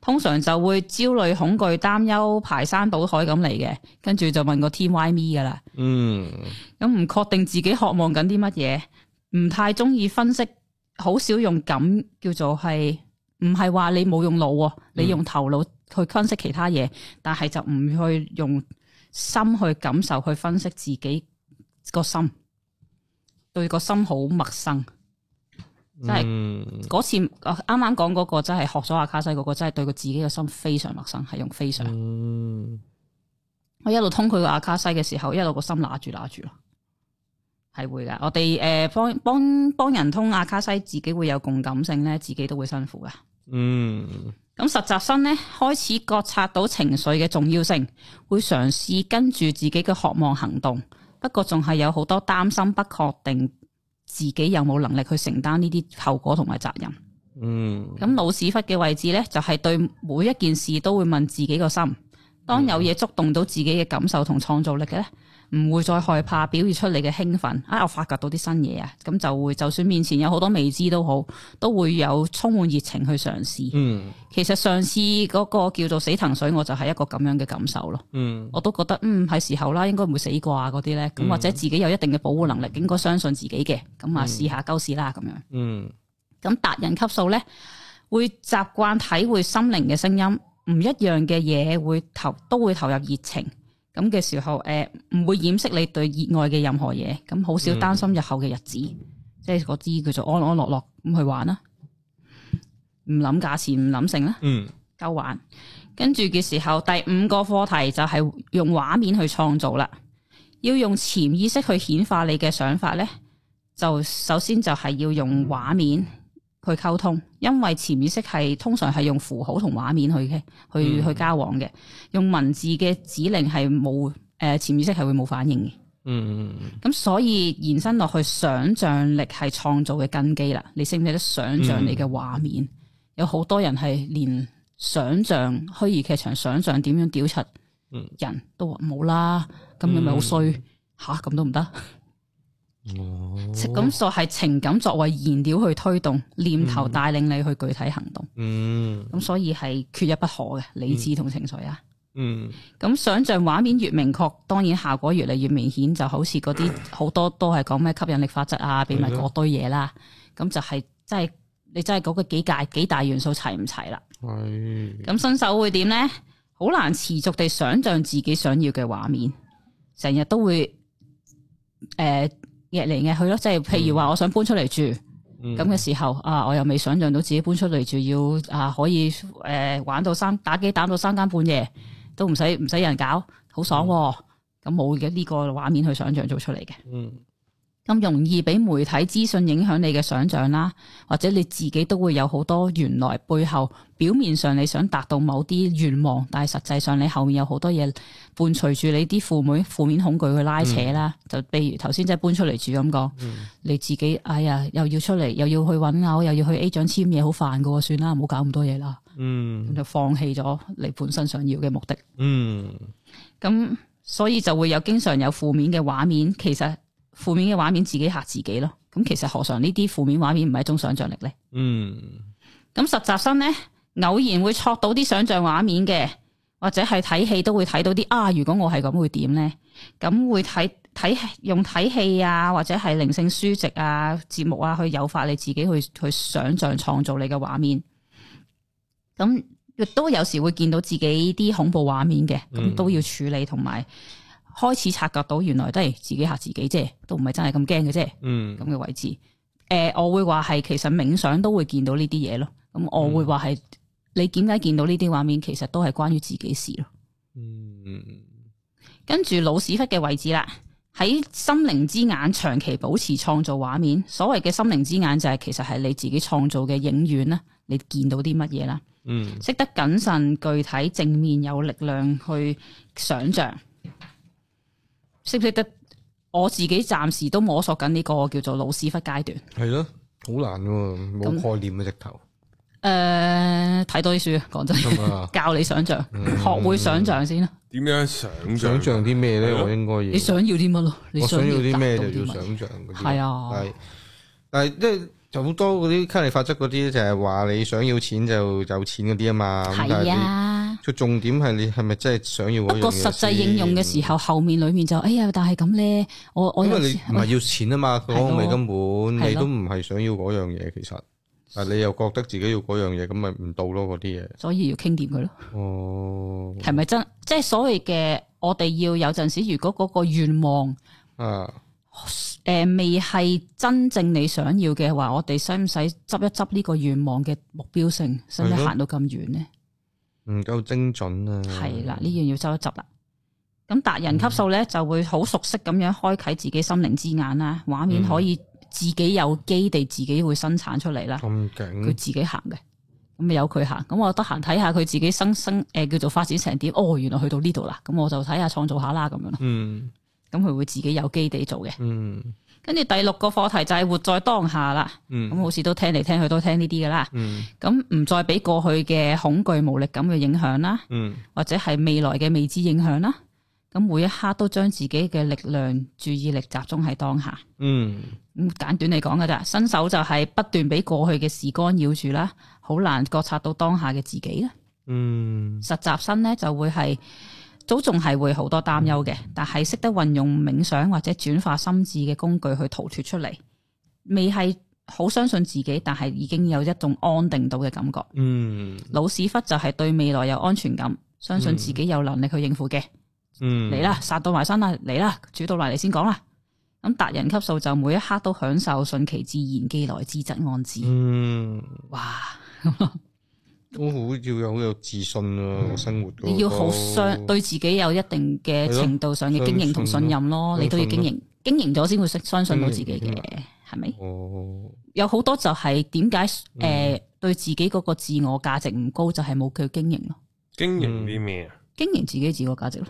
[SPEAKER 3] 通常就會焦慮、恐懼、擔憂、排山倒海咁嚟嘅，跟住就問個 team why me 噶啦。
[SPEAKER 2] 嗯
[SPEAKER 3] E 咁唔確定自己渴望緊啲乜嘢，唔太中意分析，好少用感叫做係唔係話你冇用腦喎，你用頭腦去分析其他嘢，但係就唔去用心去感受去分析自己個心，對個心好陌生。真係
[SPEAKER 2] 係
[SPEAKER 3] 嗰次啊啱啱講嗰個真係學咗阿卡西嗰個，真係對佢自己嘅心非常陌生，係用非常。
[SPEAKER 2] 嗯
[SPEAKER 3] 我一路通佢個阿卡西嘅時候，一路個心揦住揦住咯，係會噶。我哋诶幫帮帮人通阿卡西，自己會有共感性咧，自己都會辛苦噶。
[SPEAKER 2] 嗯
[SPEAKER 3] 咁實習生咧開始覺察到情緒嘅重要性，會嘗試跟住自己嘅渴望行動，不過仲係有好多擔心、不確定自己有冇能力去承擔呢啲後果同埋責任。
[SPEAKER 2] 嗯
[SPEAKER 3] 咁老屎忽嘅位置咧，就係對每一件事都會問自己個心。當有嘢觸動到自己嘅感受同創造力嘅咧，唔會再害怕表現出你嘅興奮。啊，我發掘到啲新嘢啊，咁就會就算面前有好多未知都好，都會有充滿熱情去嘗試。
[SPEAKER 2] 嗯
[SPEAKER 3] 其實上次嗰個叫做死藤水，我就係一個咁樣嘅感受咯。
[SPEAKER 2] 嗯
[SPEAKER 3] 我都覺得嗯係時候啦，應該唔會死啩嗰啲咧。咁或者自己有一定嘅保護能力，應該相信自己嘅。咁啊，試下鳩屎啦咁樣。
[SPEAKER 2] 嗯
[SPEAKER 3] 咁達人級數咧，會習慣體會心靈嘅聲音，唔一樣嘅嘢會投都會投入熱情。咁嘅時候，诶、唔會掩飾你對熱愛嘅任何嘢，咁好少擔心日後嘅日子，即係嗰啲叫做安安樂樂咁去玩啦，唔諗價錢，唔諗成啦，
[SPEAKER 2] 嗯
[SPEAKER 3] 夠玩。跟住嘅時候，第五個課題就係用畫面去創造啦，要用潛意識去顯化你嘅想法咧，就首先就係要用畫面去溝通，因為潛意識係通常係用符號同畫面去嘅，去去交往嘅，用文字嘅指令係冇誒潛意識係會冇反應
[SPEAKER 2] 嗯
[SPEAKER 3] 嘅，咁所以延伸落去想像力係創造嘅根基啦。你識唔識得想像你嘅畫面？有好多人係連想像虛擬劇場想像點樣屌柒
[SPEAKER 2] 嗯
[SPEAKER 3] 人都話冇啦，咁你咪好衰吓，咁都唔得。咁就係情感作為燃料去推動，念頭帶領你去具體行動。
[SPEAKER 2] 嗯
[SPEAKER 3] 咁所以係缺一不可嘅理智同情緒啊。
[SPEAKER 2] 嗯
[SPEAKER 3] 咁想像畫面越明確，當然效果越嚟越明顯，就好似嗰啲好多都係講咩吸引力法則啊、秘密嗰堆嘢啦。咁就係真係你真係嗰個幾大幾大元素齊唔齊啦。
[SPEAKER 2] 系
[SPEAKER 3] 咁新手會點呢？好難持續地想像自己想要嘅畫面，成日都會诶日嚟嘅去咯。即係譬如話，我想搬出嚟住。
[SPEAKER 2] 嗯
[SPEAKER 3] 咁嘅時候啊，我又未想象到自己搬出嚟住要啊可以诶、呃玩到三打機打到三更半夜，都唔使唔使有人搞，好爽喎、咁冇嘅呢個畫面去想象做出嚟嘅，
[SPEAKER 2] 嗯
[SPEAKER 3] 咁容易俾媒體資訊影響你嘅想象啦，或者你自己都會有好多原來背後表面上你想達到某啲願望，但係實際上你後面有好多嘢伴隨住你啲負面負面恐懼去拉扯啦。就譬如頭先即係搬出嚟住咁講，你自己哎呀又要出嚟，又要去揾偶，又要去 A 獎簽嘢，好煩噶喎，算啦，唔好搞咁多嘢啦，咁
[SPEAKER 2] 嗯
[SPEAKER 3] 就放棄咗你本身想要嘅目的。
[SPEAKER 2] 嗯
[SPEAKER 3] 咁所以就會有經常有負面嘅畫面，其實負面嘅畫面自己嚇自己咯。咁其實何嘗呢啲負面畫面唔係一種想像力呢？
[SPEAKER 2] 嗯
[SPEAKER 3] 咁實習生呢，偶然會戳到啲想像畫面嘅，或者係睇戲都會睇到啲啊，如果我係咁會點呢？咁會睇睇用睇戲啊，或者係靈性書籍啊、節目啊去誘發你自己去去想像創造你嘅畫面。咁亦都有時會見到自己啲恐怖畫面嘅，咁
[SPEAKER 2] 嗯
[SPEAKER 3] 都要處理同埋。開始察覺到原來都係自己嚇自己啫，都唔係真係咁驚嘅啫。
[SPEAKER 2] 嗯
[SPEAKER 3] 咁嘅位置。诶、我會話係其實冥想都會見到呢啲嘢咯。咁我會話係你點解見到呢啲畫面，其實都係關於自己事咯。
[SPEAKER 2] 嗯
[SPEAKER 3] 跟住老屎忽嘅位置啦，喺心靈之眼長期保持創造畫面。所謂嘅心靈之眼就係其實係你自己創造嘅影院啦，你見到啲乜嘢啦，
[SPEAKER 2] 嗯
[SPEAKER 3] 識得謹慎、具體、正面、有力量去想像，識唔識得？我自己暫時都摸索緊呢個叫做老屎忽階段。
[SPEAKER 2] 系咯，好难喎，冇概念嘅直头
[SPEAKER 3] 诶、呃睇多啲書，講真，
[SPEAKER 2] 系 嘛？
[SPEAKER 3] 教你想像，
[SPEAKER 2] 嗯
[SPEAKER 3] 學會想像先啦。
[SPEAKER 1] 點樣想
[SPEAKER 2] 想
[SPEAKER 1] 像？
[SPEAKER 2] 象啲咩咧？
[SPEAKER 1] 係咯
[SPEAKER 2] 我應該要
[SPEAKER 3] 你想要啲乜咯？你
[SPEAKER 2] 嗯我想要啲咩
[SPEAKER 3] 達到
[SPEAKER 2] 就要
[SPEAKER 3] 乜
[SPEAKER 2] 想象嗰啲。
[SPEAKER 3] 係啊
[SPEAKER 2] 係，但係即係就好多嗰啲吸引力法則嗰啲咧，就係話你想要錢就有錢嗰啲啊嘛。咁但係
[SPEAKER 3] 係
[SPEAKER 2] 你
[SPEAKER 3] 啊。
[SPEAKER 2] 個重點係你係咪真係想要嗰
[SPEAKER 3] 不
[SPEAKER 2] 樣嘢
[SPEAKER 3] 過實際應用嘅時
[SPEAKER 2] 候，
[SPEAKER 3] 候，後面裡面就哎呀，但係咁咧，我我
[SPEAKER 2] 因
[SPEAKER 3] 有
[SPEAKER 2] 為
[SPEAKER 3] 時
[SPEAKER 2] 啊你唔係要錢啊嘛，
[SPEAKER 3] 係
[SPEAKER 2] 講
[SPEAKER 3] 咯
[SPEAKER 2] 咪根本
[SPEAKER 3] 係
[SPEAKER 2] 你
[SPEAKER 3] 咯
[SPEAKER 2] 都唔係想要嗰樣嘢，其實。但係你又覺得自己要嗰樣嘢，咁咪唔到咯嗰啲嘢。
[SPEAKER 3] 所以要傾掂佢咯。
[SPEAKER 2] 哦，
[SPEAKER 3] 係咪真？即係所謂嘅，我哋要有陣時，如果嗰個願望
[SPEAKER 2] 啊，
[SPEAKER 3] 诶、未係真正你想要嘅話，我哋使唔使執一執呢個願望嘅目標性，使唔使
[SPEAKER 2] 係咯
[SPEAKER 3] 行到咁遠呢？
[SPEAKER 2] 唔夠精準啊。
[SPEAKER 3] 係啦，呢樣要收一執啦。咁達人級數咧就會好熟悉咁樣開啟自己心靈之眼啦，畫面可以自己有機地自己會生產出嚟啦，
[SPEAKER 2] 咁
[SPEAKER 3] 佢
[SPEAKER 2] 勁，
[SPEAKER 3] 自己行嘅，咁咪由佢行。咁我得閒睇下佢自己生生诶、叫做發展成點，哦，原來去到呢度啦，咁我就睇下創造下啦咁樣咯。
[SPEAKER 2] 嗯
[SPEAKER 3] 咁佢會自己有機地做嘅。
[SPEAKER 2] 嗯
[SPEAKER 3] 跟住第六個課題就係活在當下啦，咁
[SPEAKER 2] 嗯
[SPEAKER 3] 好似都聽嚟聽去都聽呢啲噶啦。
[SPEAKER 2] 嗯
[SPEAKER 3] 咁唔再俾過去嘅恐懼無力感嘅影響啦。
[SPEAKER 2] 嗯
[SPEAKER 3] 或者係未來嘅未知影響啦。咁每一刻都將自己嘅力量、注意力集中喺當下。
[SPEAKER 2] 嗯
[SPEAKER 3] 咁簡短嚟講嘅咋，新手就係不斷俾過去嘅事干擾住啦，好難覺察到當下嘅自己啦。
[SPEAKER 2] 嗯
[SPEAKER 3] 實習生呢就會係早仲係會好多擔憂嘅，但係識得運用冥想或者轉化心智嘅工具去逃脱出嚟，未係好相信自己，但係已經有一種安定到嘅感覺。
[SPEAKER 2] 嗯
[SPEAKER 3] 老屎忽就係對未來有安全感，相信自己有能力去應付嘅。
[SPEAKER 2] 嗯，
[SPEAKER 3] 嚟啦，殺到埋身啦，嚟啦，煮到埋嚟先講啦。咁達人級數就每一刻都享受順其自然，既來之則安之。
[SPEAKER 2] 嗯，
[SPEAKER 3] 哇！
[SPEAKER 2] 都好要有好有自信啊，個生活嗰個
[SPEAKER 3] 嗯你要好相對自己有一定嘅
[SPEAKER 2] 哦係咯
[SPEAKER 3] 程度上嘅經營同信任咯，
[SPEAKER 2] 相信咯嗯
[SPEAKER 3] 你都要經營，經營咗先會相信到自己
[SPEAKER 2] 經營
[SPEAKER 3] 嘅
[SPEAKER 2] 先，
[SPEAKER 3] 係咪？
[SPEAKER 2] 哦，
[SPEAKER 3] 有好多就係點解
[SPEAKER 2] 嗯
[SPEAKER 3] 誒對自己嗰個自我價值唔高，就係冇佢經營咯，
[SPEAKER 1] 經營啲咩啊？
[SPEAKER 3] 經營自己自我價值咯，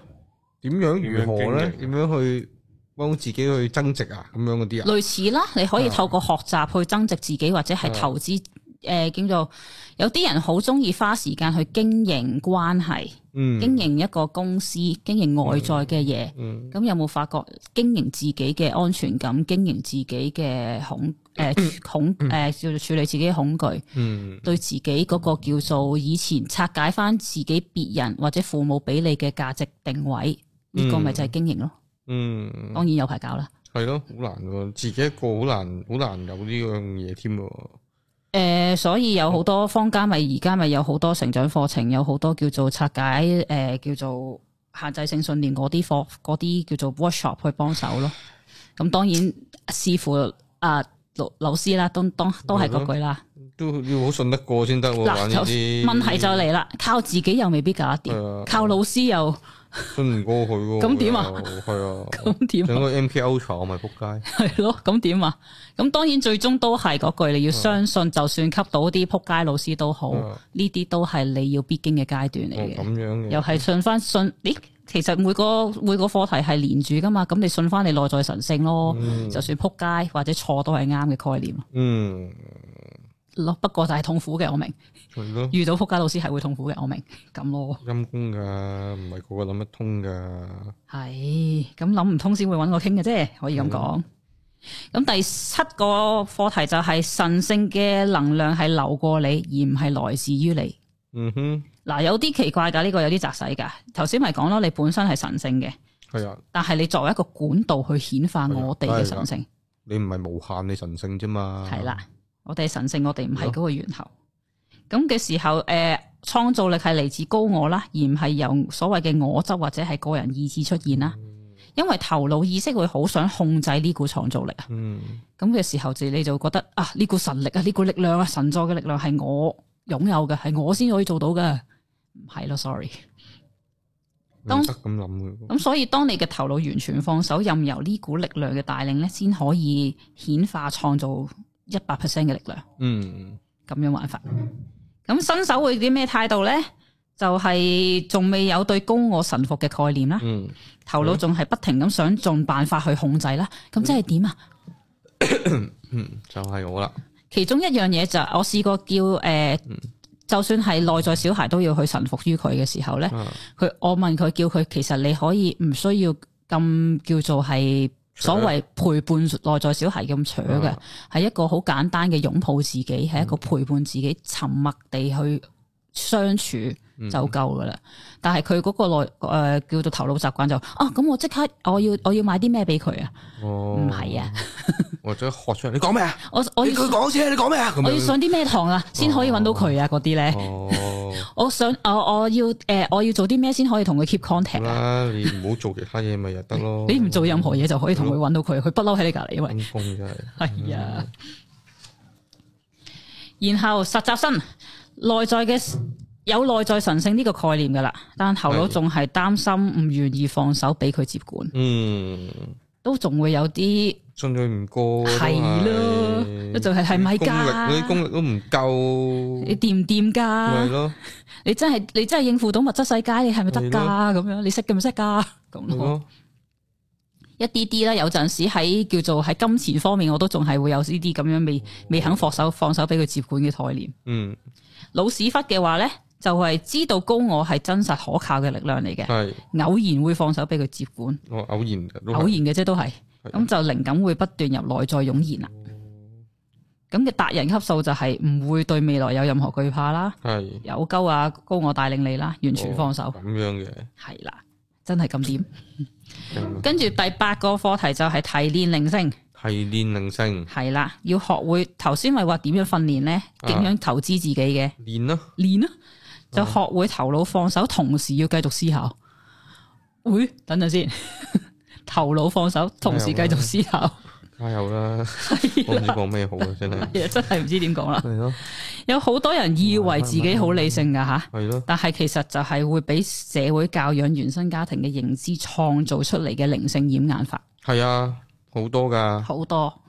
[SPEAKER 2] 點樣如何
[SPEAKER 1] 點樣
[SPEAKER 2] 咧？
[SPEAKER 1] 經營
[SPEAKER 2] 點樣去幫自己去增值啊？咁樣嗰啲啊？啊
[SPEAKER 3] 類似啦，你可以透過學習去增值自己，或者係投資诶、叫做有啲人好中意花時間去經營關係，
[SPEAKER 2] 嗯
[SPEAKER 3] 經營一個公司，經營外在嘅嘢。
[SPEAKER 2] 嗯
[SPEAKER 3] 咁有冇發覺經營自己嘅安全感，經營自己嘅恐 诶、恐诶、叫做處理自己嘅恐懼，
[SPEAKER 2] 嗯
[SPEAKER 3] 對自己嗰個叫做以前拆解翻自己別人或者父母俾你嘅價值定位，呢、個咪就係經營咯。
[SPEAKER 2] 嗯，
[SPEAKER 3] 當然有排搞啦。
[SPEAKER 2] 系咯，好難喎，自己一個好難，好難有呢樣嘢添喎。
[SPEAKER 3] 诶、呃所以有好多坊間咪而家咪有好多成長課程，有好多叫做拆解诶、誒叫做限制性信念嗰啲課嗰啲叫做 workshop 去幫手咯。咁當然視乎啊老老師啦，都當都係嗰句啦。
[SPEAKER 2] 都要好信得過先得喎，玩
[SPEAKER 3] 嗱，
[SPEAKER 2] 呢
[SPEAKER 3] 就
[SPEAKER 2] 啲
[SPEAKER 3] 問題就嚟啦，靠自己又未必搞
[SPEAKER 2] 係
[SPEAKER 3] 得
[SPEAKER 2] 啊
[SPEAKER 3] 掂，靠老師又
[SPEAKER 2] 信唔過佢喎。
[SPEAKER 3] 咁點啊
[SPEAKER 2] 又？係啊，
[SPEAKER 3] 咁點
[SPEAKER 2] 整
[SPEAKER 3] 啊？
[SPEAKER 2] 個 M K O 廠咪仆街。
[SPEAKER 3] 係咯，咁點啊？咁當然最終都係嗰句，你要相信，就算吸到啲撲街老師都好，
[SPEAKER 2] 嗯
[SPEAKER 3] 呢啲都係你要必經嘅階段嚟
[SPEAKER 2] 哦，
[SPEAKER 3] 嘅。
[SPEAKER 2] 咁樣
[SPEAKER 3] 又
[SPEAKER 2] 嘅。
[SPEAKER 3] 係信翻信，咦？其實每個每個課題係連住噶嘛，咁你信翻你內在神聖咯，
[SPEAKER 2] 嗯
[SPEAKER 3] 就算撲街或者錯都係啱嘅概念
[SPEAKER 2] 嗯，
[SPEAKER 3] 咯。不過就係痛苦嘅，我明。
[SPEAKER 2] 係咯，
[SPEAKER 3] 遇到撲街老師係會痛苦嘅，我明。咁咯，
[SPEAKER 2] 陰公㗎，唔係個個諗得通㗎。
[SPEAKER 3] 係咁諗唔通先會揾我傾嘅啫，可以咁講。咁第七個課題就係神聖嘅能量係流過你，而唔係來自於你。
[SPEAKER 2] 嗯哼，
[SPEAKER 3] 嗱，有啲奇怪㗎，呢、個有啲擲洗㗎。頭先咪講咯，你本身係神聖嘅，
[SPEAKER 2] 係啊，
[SPEAKER 3] 但係你作為一個管道去顯化我哋嘅神聖。
[SPEAKER 2] 你唔係無限，你神聖啫嘛。
[SPEAKER 3] 系啦，，我哋係神圣，我哋唔係嗰個源頭。咁嘅時候，诶、創造力係嚟自高我啦，而唔係由所謂嘅我執或者係個人意志出現啦。因為頭腦意識會好想控制呢股創造力啊。
[SPEAKER 2] 嗯
[SPEAKER 3] 咁嘅時候，就你就覺得啊，呢股神力啊，呢股力量啊，神作嘅力量係我擁有嘅，係我先可以做到嘅。唔係咯，sorry。
[SPEAKER 2] 唔
[SPEAKER 3] 當
[SPEAKER 2] 得咁諗嘅喎。
[SPEAKER 3] 咁所以當你嘅頭腦完全放手，任由呢股力量嘅帶領咧，先可以顯化創造一百 percent 嘅力量。
[SPEAKER 2] 嗯，
[SPEAKER 3] 咁樣玩法。咁新手會啲咩態度呢？就係仲未有對高我臣服嘅概念啦，
[SPEAKER 2] 嗯，
[SPEAKER 3] 頭腦仲係不停咁想盡辦法去控制啦。咁即係點啊？
[SPEAKER 2] 嗯，就係我啦。
[SPEAKER 3] 其中一樣嘢就係我試過叫诶、就算係內在小孩都要去臣服於佢嘅時候呢，
[SPEAKER 2] 啊
[SPEAKER 3] 佢我問佢叫佢，其實你可以唔需要咁叫做係所謂陪伴內在小孩咁扯嘅，係
[SPEAKER 2] 啊嗯
[SPEAKER 3] 一個好簡單嘅擁抱自己，係一個陪伴自己，沉默地去相處
[SPEAKER 2] 嗯
[SPEAKER 3] 就夠噶啦。但係佢嗰個內誒、呃叫做頭腦習慣就啊，咁我即刻我要我要買啲咩俾佢啊？
[SPEAKER 2] 哦，
[SPEAKER 3] 唔係啊，
[SPEAKER 2] 或者喝出嚟，你講咩啊？
[SPEAKER 3] 我我
[SPEAKER 2] 你
[SPEAKER 3] 要
[SPEAKER 2] 佢講先，你講咩啊？咁
[SPEAKER 3] 我要
[SPEAKER 2] 樣。
[SPEAKER 3] 上啲咩堂啊，先可以揾到佢啊嗰啲咧。
[SPEAKER 2] 哦。
[SPEAKER 3] 我想我我要誒、呃我要做啲咩先可以同佢 keep
[SPEAKER 2] 好
[SPEAKER 3] contact 啊？
[SPEAKER 2] 啦，你唔好做其他嘢咪就得咯。
[SPEAKER 3] 你唔做任何嘢就可以同佢揾到
[SPEAKER 2] 嗯
[SPEAKER 3] 佢，佢不嬲喺你隔離，因為。
[SPEAKER 2] 陰公真係，
[SPEAKER 3] 系啊。然後實習生內在嘅有內在神聖呢個概念噶啦，但頭腦
[SPEAKER 2] 係
[SPEAKER 3] 仲係擔心，唔願意放手俾佢接管，
[SPEAKER 2] 嗯，
[SPEAKER 3] 都仲會有啲
[SPEAKER 2] 信佢唔過都
[SPEAKER 3] 係咯，就係係咪
[SPEAKER 2] 功力啲
[SPEAKER 3] 㗎？
[SPEAKER 2] 功力都唔
[SPEAKER 3] 你
[SPEAKER 2] 夠，
[SPEAKER 3] 掂唔掂
[SPEAKER 2] 咪
[SPEAKER 3] 㗎？
[SPEAKER 2] 咯，
[SPEAKER 3] 你真係你真係應付到物質世界，你係咪得
[SPEAKER 2] 係
[SPEAKER 3] 㗎？
[SPEAKER 2] 咯
[SPEAKER 3] 咁樣你識嘅唔識㗎？咁
[SPEAKER 2] 咪
[SPEAKER 3] 咯，
[SPEAKER 2] 咯，
[SPEAKER 3] 一啲啲啦。有陣時喺叫做喺金錢方面，我都仲係會有呢啲咁樣未未肯放手放手俾佢接管嘅概念。
[SPEAKER 2] 嗯，
[SPEAKER 3] 老屎忽嘅話呢，就係知道高我係真實可靠嘅力量嚟嘅，
[SPEAKER 2] 係
[SPEAKER 3] 偶然會放手俾佢接管，
[SPEAKER 2] 我偶然都
[SPEAKER 3] 偶然
[SPEAKER 2] 係
[SPEAKER 3] 嘅啫都係，
[SPEAKER 2] 係
[SPEAKER 3] 咁就靈感會不斷入內在湧現啦。咁嘅達人級數就係唔會對未來有任何懼怕啦，
[SPEAKER 2] 係
[SPEAKER 3] 有鳩啊高我帶領你啦，完全放手
[SPEAKER 2] 哦咁樣嘅
[SPEAKER 3] 係啦，真係咁點？
[SPEAKER 2] 咁樣，
[SPEAKER 3] 跟住第八個課題就係提煉靈性，
[SPEAKER 2] 係練靈性，
[SPEAKER 3] 係啦，要學會頭先咪話點樣訓練呢？
[SPEAKER 2] 啊
[SPEAKER 3] 點樣投資自己嘅？
[SPEAKER 2] 練啦，
[SPEAKER 3] 練啦，就學會頭腦放手，同時要繼續思考。會等陣先， 頭腦放手，同時繼續思考，
[SPEAKER 2] 加油 啦！
[SPEAKER 3] 係
[SPEAKER 2] 啊 我唔知
[SPEAKER 3] 啦，
[SPEAKER 2] 講咩好啊，真係，
[SPEAKER 3] 係啊真係唔知點講啦。
[SPEAKER 2] 係咯，
[SPEAKER 3] 有好多人以為自己好理性噶吓，
[SPEAKER 2] 係咯，
[SPEAKER 3] 但係其實就係會俾社會教養、原生家庭嘅認知創造出嚟嘅靈性掩眼法，
[SPEAKER 2] 係啊，好多㗎，
[SPEAKER 3] 好多。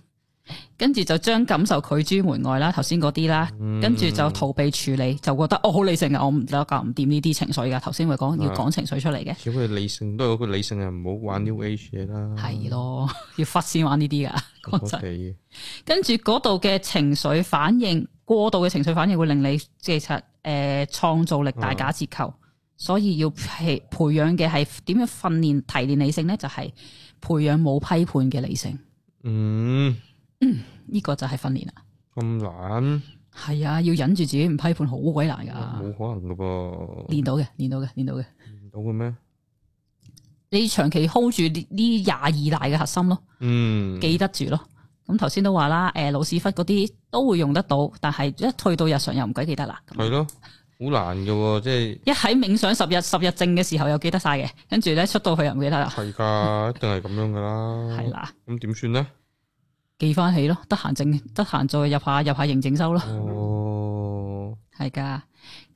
[SPEAKER 3] 跟住就將感受拒諸門外啦，頭先嗰啲啦，跟住就逃避處理，就覺得哦我好理性噶，我唔得㗎，唔掂呢啲情緒噶。頭先會講要講情緒出嚟嘅。
[SPEAKER 2] 只不過理性都有個理性啊係唔好玩
[SPEAKER 3] 嗯
[SPEAKER 2] New Age 嘢啦，
[SPEAKER 3] 系咯， 要忽先玩呢啲噶，
[SPEAKER 2] 我
[SPEAKER 3] 講真。
[SPEAKER 2] 哋
[SPEAKER 3] 跟住嗰度嘅情緒反應過度嘅情緒反應會令你其實诶创造力大打折扣，所以要培培養嘅係點樣訓練提炼理性咧，就係培養冇批判嘅理性，
[SPEAKER 2] 嗯，
[SPEAKER 3] 呢、個就係訓練啦。
[SPEAKER 2] 咁難
[SPEAKER 3] 係啊，要忍住自己唔批判，好鬼難噶，
[SPEAKER 2] 冇可能噶噃，
[SPEAKER 3] 練到嘅，練到嘅，練到嘅。
[SPEAKER 2] 唔到嘅咩？
[SPEAKER 3] 你長期 hold 住呢呢廿二大嘅核心咯，
[SPEAKER 2] 嗯，
[SPEAKER 3] 記得住咯。咁頭先都話啦，诶老屎忽嗰啲都會用得到，但係一退到日常又唔鬼記得啦。咁
[SPEAKER 2] 係咯，好難嘅喎，即係
[SPEAKER 3] 一喺冥想十日十日正嘅時候又記得晒嘅，跟住咧出到去又唔記得啦，
[SPEAKER 2] 係㗎，一定係咁樣噶啦。
[SPEAKER 3] 係，啦，
[SPEAKER 2] 咁點算咧？
[SPEAKER 3] 記翻起咯，得閒正得閒再入下入下認證修咯，
[SPEAKER 2] 哦，
[SPEAKER 3] 係噶。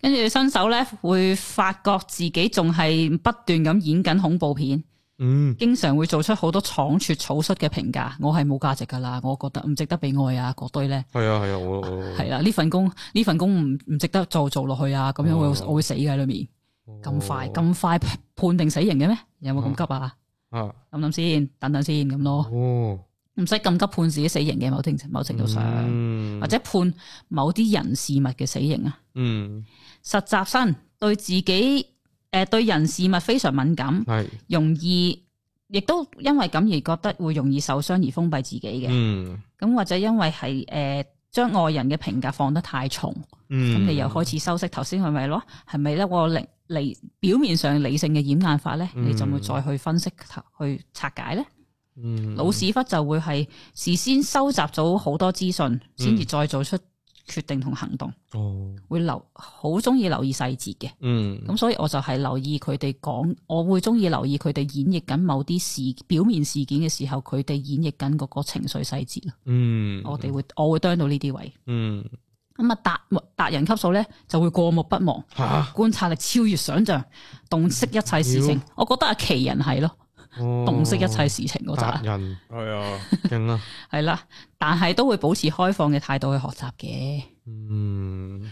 [SPEAKER 3] 跟住新手咧會發覺自己仲係不斷咁演緊恐怖片，
[SPEAKER 2] 嗯，
[SPEAKER 3] 經常會做出好多倉促草率嘅評價，我係冇價值㗎啦，我覺得唔值得俾愛啊，嗰堆咧。
[SPEAKER 2] 係啊，係啊，我我
[SPEAKER 3] 係啦，呢份工呢份工唔唔值得做做落去啊，咁樣我會
[SPEAKER 2] 哦
[SPEAKER 3] 我會死嘅裏面，咁快咁快判定死刑嘅咩？有
[SPEAKER 2] 嗯
[SPEAKER 3] 冇咁急啊？
[SPEAKER 2] 啊，
[SPEAKER 3] 諗諗先，等等先咁咯。
[SPEAKER 2] 哦，
[SPEAKER 3] 唔使咁急判自己死刑嘅，某程某程度上，
[SPEAKER 2] 嗯
[SPEAKER 3] 或者判某啲人事物嘅死刑啊。
[SPEAKER 2] 嗯
[SPEAKER 3] 實習生對自己誒、呃、對人事物非常敏感，
[SPEAKER 2] 係
[SPEAKER 3] 容易亦都因為咁而覺得會容易受傷而封閉自己嘅。咁、
[SPEAKER 2] 嗯
[SPEAKER 3] 或者因為係誒、呃、將外人嘅評價放得太重，咁、
[SPEAKER 2] 嗯，
[SPEAKER 3] 你又開始修飾頭先係咪咯？係咪咧？我理理表面上理性嘅掩眼法咧，你就會
[SPEAKER 2] 嗯
[SPEAKER 3] 再去分析去拆解咧。
[SPEAKER 2] 嗯
[SPEAKER 3] 老屎忽就會係事先收集咗好多資
[SPEAKER 2] 嗯
[SPEAKER 3] 訊，先至再做出決定同行動，
[SPEAKER 2] 哦，
[SPEAKER 3] 會留好中意留意細節嘅。
[SPEAKER 2] 嗯
[SPEAKER 3] 咁所以我就係留意佢哋講，我會中意留意佢哋演繹緊某啲事表面事件嘅時候，佢哋演繹緊嗰個情緒細節咯。
[SPEAKER 2] 嗯，
[SPEAKER 3] 我哋會我會 d 到呢啲位。
[SPEAKER 2] 嗯
[SPEAKER 3] 咁啊達達人級數咧就會過目不忘，
[SPEAKER 2] 吓，
[SPEAKER 3] 觀察力超越想像，洞悉一切事情
[SPEAKER 2] 嗯妖。
[SPEAKER 3] 我覺得阿奇人係咯，洞
[SPEAKER 2] 洞
[SPEAKER 3] 悉一切事情嗰扎
[SPEAKER 2] 哦達。人
[SPEAKER 1] 系啊，
[SPEAKER 2] 勁啊，
[SPEAKER 3] 系啦，但系都會保持開放嘅態度去學習嘅，
[SPEAKER 2] 嗯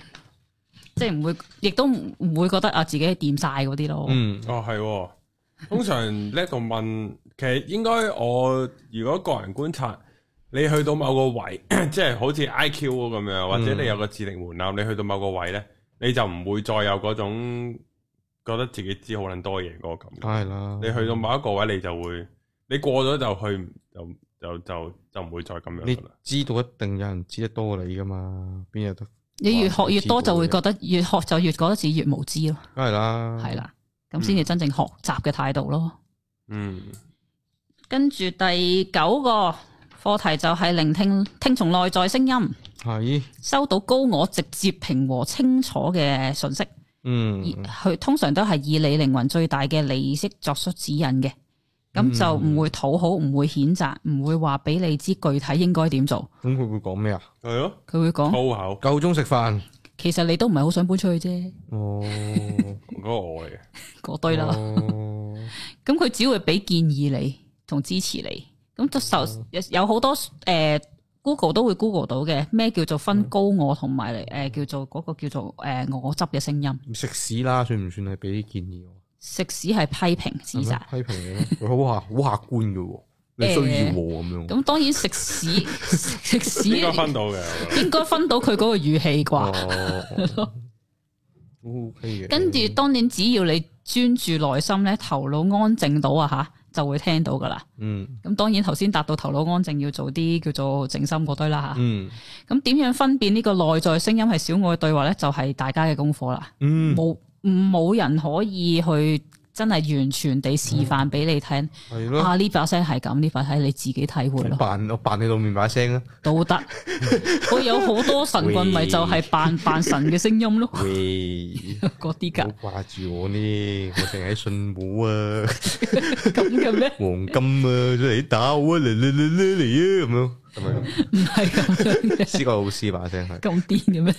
[SPEAKER 3] 即係唔會，亦都唔唔會覺得啊自己掂晒嗰啲咯。
[SPEAKER 2] 嗯
[SPEAKER 1] 哦係喎。通常呢度問，其實應該我如果個人觀察，你去到某個位， 即係好似 I Q 咁樣，或者
[SPEAKER 2] 嗯
[SPEAKER 1] 你有個智力門檻，你去到某個位咧，你就唔會再有嗰種覺得自己知好撚多嘢嗰個感覺。
[SPEAKER 2] 梗係啦，
[SPEAKER 1] 你去到某一個位，你就會，你過咗就去唔，就就就就唔會再咁樣
[SPEAKER 2] 你
[SPEAKER 1] 噶啦。
[SPEAKER 2] 知道一定有人知得多過你噶嘛，邊有得？
[SPEAKER 3] 你越學越多，
[SPEAKER 2] 哇
[SPEAKER 3] 就會覺得越學就越覺得自己越無知咯，
[SPEAKER 2] 梗係啦，
[SPEAKER 3] 係，啦，咁
[SPEAKER 2] 嗯
[SPEAKER 3] 先至真正學習嘅態度咯。
[SPEAKER 1] 嗯，
[SPEAKER 3] 跟住第九個課題就係聆聽聽從內在聲音，
[SPEAKER 2] 係，
[SPEAKER 3] 收到高我直接平和清楚嘅信息，
[SPEAKER 2] 嗯
[SPEAKER 3] 以佢通常都係以你靈魂最大嘅利益作出指引嘅，
[SPEAKER 2] 嗯
[SPEAKER 3] 咁就唔會討好，唔會譴責，唔會話俾你知具體應該點做。
[SPEAKER 2] 咁佢會講咩啊？
[SPEAKER 1] 係咯，
[SPEAKER 3] 佢會講，
[SPEAKER 1] 粗口
[SPEAKER 2] 夠鐘食飯，
[SPEAKER 3] 其實你都唔係好想搬出去啫，
[SPEAKER 2] 哦，
[SPEAKER 1] 嗰個我嚟嘅，
[SPEAKER 3] 嗰堆啦。
[SPEAKER 2] 哦，
[SPEAKER 3] 咁佢只會俾建議你同支持你。咁就
[SPEAKER 2] 哦
[SPEAKER 3] 受有好多诶、呃 Google 都會 Google 到嘅，咩叫做
[SPEAKER 2] 嗯
[SPEAKER 3] 分高我同埋诶叫做嗰、個叫做诶、呃我執嘅聲音。
[SPEAKER 2] 食屎啦，算唔算係俾建議我？
[SPEAKER 3] 食屎係批評指責。
[SPEAKER 2] 係咩批評你 咯，佢好客好客觀嘅喎，你需要我咁樣。
[SPEAKER 3] 咁當然食屎 食屎
[SPEAKER 1] 應該分到嘅，我覺得
[SPEAKER 3] 應該分到佢嗰個語氣啩。
[SPEAKER 2] 哦 O K 嘅。
[SPEAKER 3] 跟住當然只要你專注內心咧，頭腦安靜到啊吓，就會聽到噶啦。
[SPEAKER 2] 嗯
[SPEAKER 3] 咁當然頭先達到頭腦安靜，要做啲叫做靜心嗰堆啦吓。
[SPEAKER 2] 嗯
[SPEAKER 3] 咁點樣分辨呢個內在聲音係小我嘅對話咧？就係大家嘅功課啦。
[SPEAKER 2] 嗯，
[SPEAKER 3] 冇冇人可以去真係完全地示範俾你聽。
[SPEAKER 2] 係咯，
[SPEAKER 3] 啊，呢把聲係咁，呢把係你自己體會
[SPEAKER 2] 我
[SPEAKER 3] 咯，
[SPEAKER 2] 扮我扮你到面把 聲啊。
[SPEAKER 3] 都得。我有好多神棍，咪就係扮扮神嘅聲音咯，
[SPEAKER 2] 喂，
[SPEAKER 3] 嗰啲
[SPEAKER 2] 唔好
[SPEAKER 3] 㗎。
[SPEAKER 2] 掛住我呢，我淨係信冇啊，
[SPEAKER 3] 咁嘅咩？
[SPEAKER 2] 黃金啊，出嚟打我啊，嚟嚟嚟嚟嚟啊，咁樣咁樣。
[SPEAKER 3] 唔係咁樣嘅。
[SPEAKER 2] 思覺老師把聲係，
[SPEAKER 3] 咁癲嘅咩？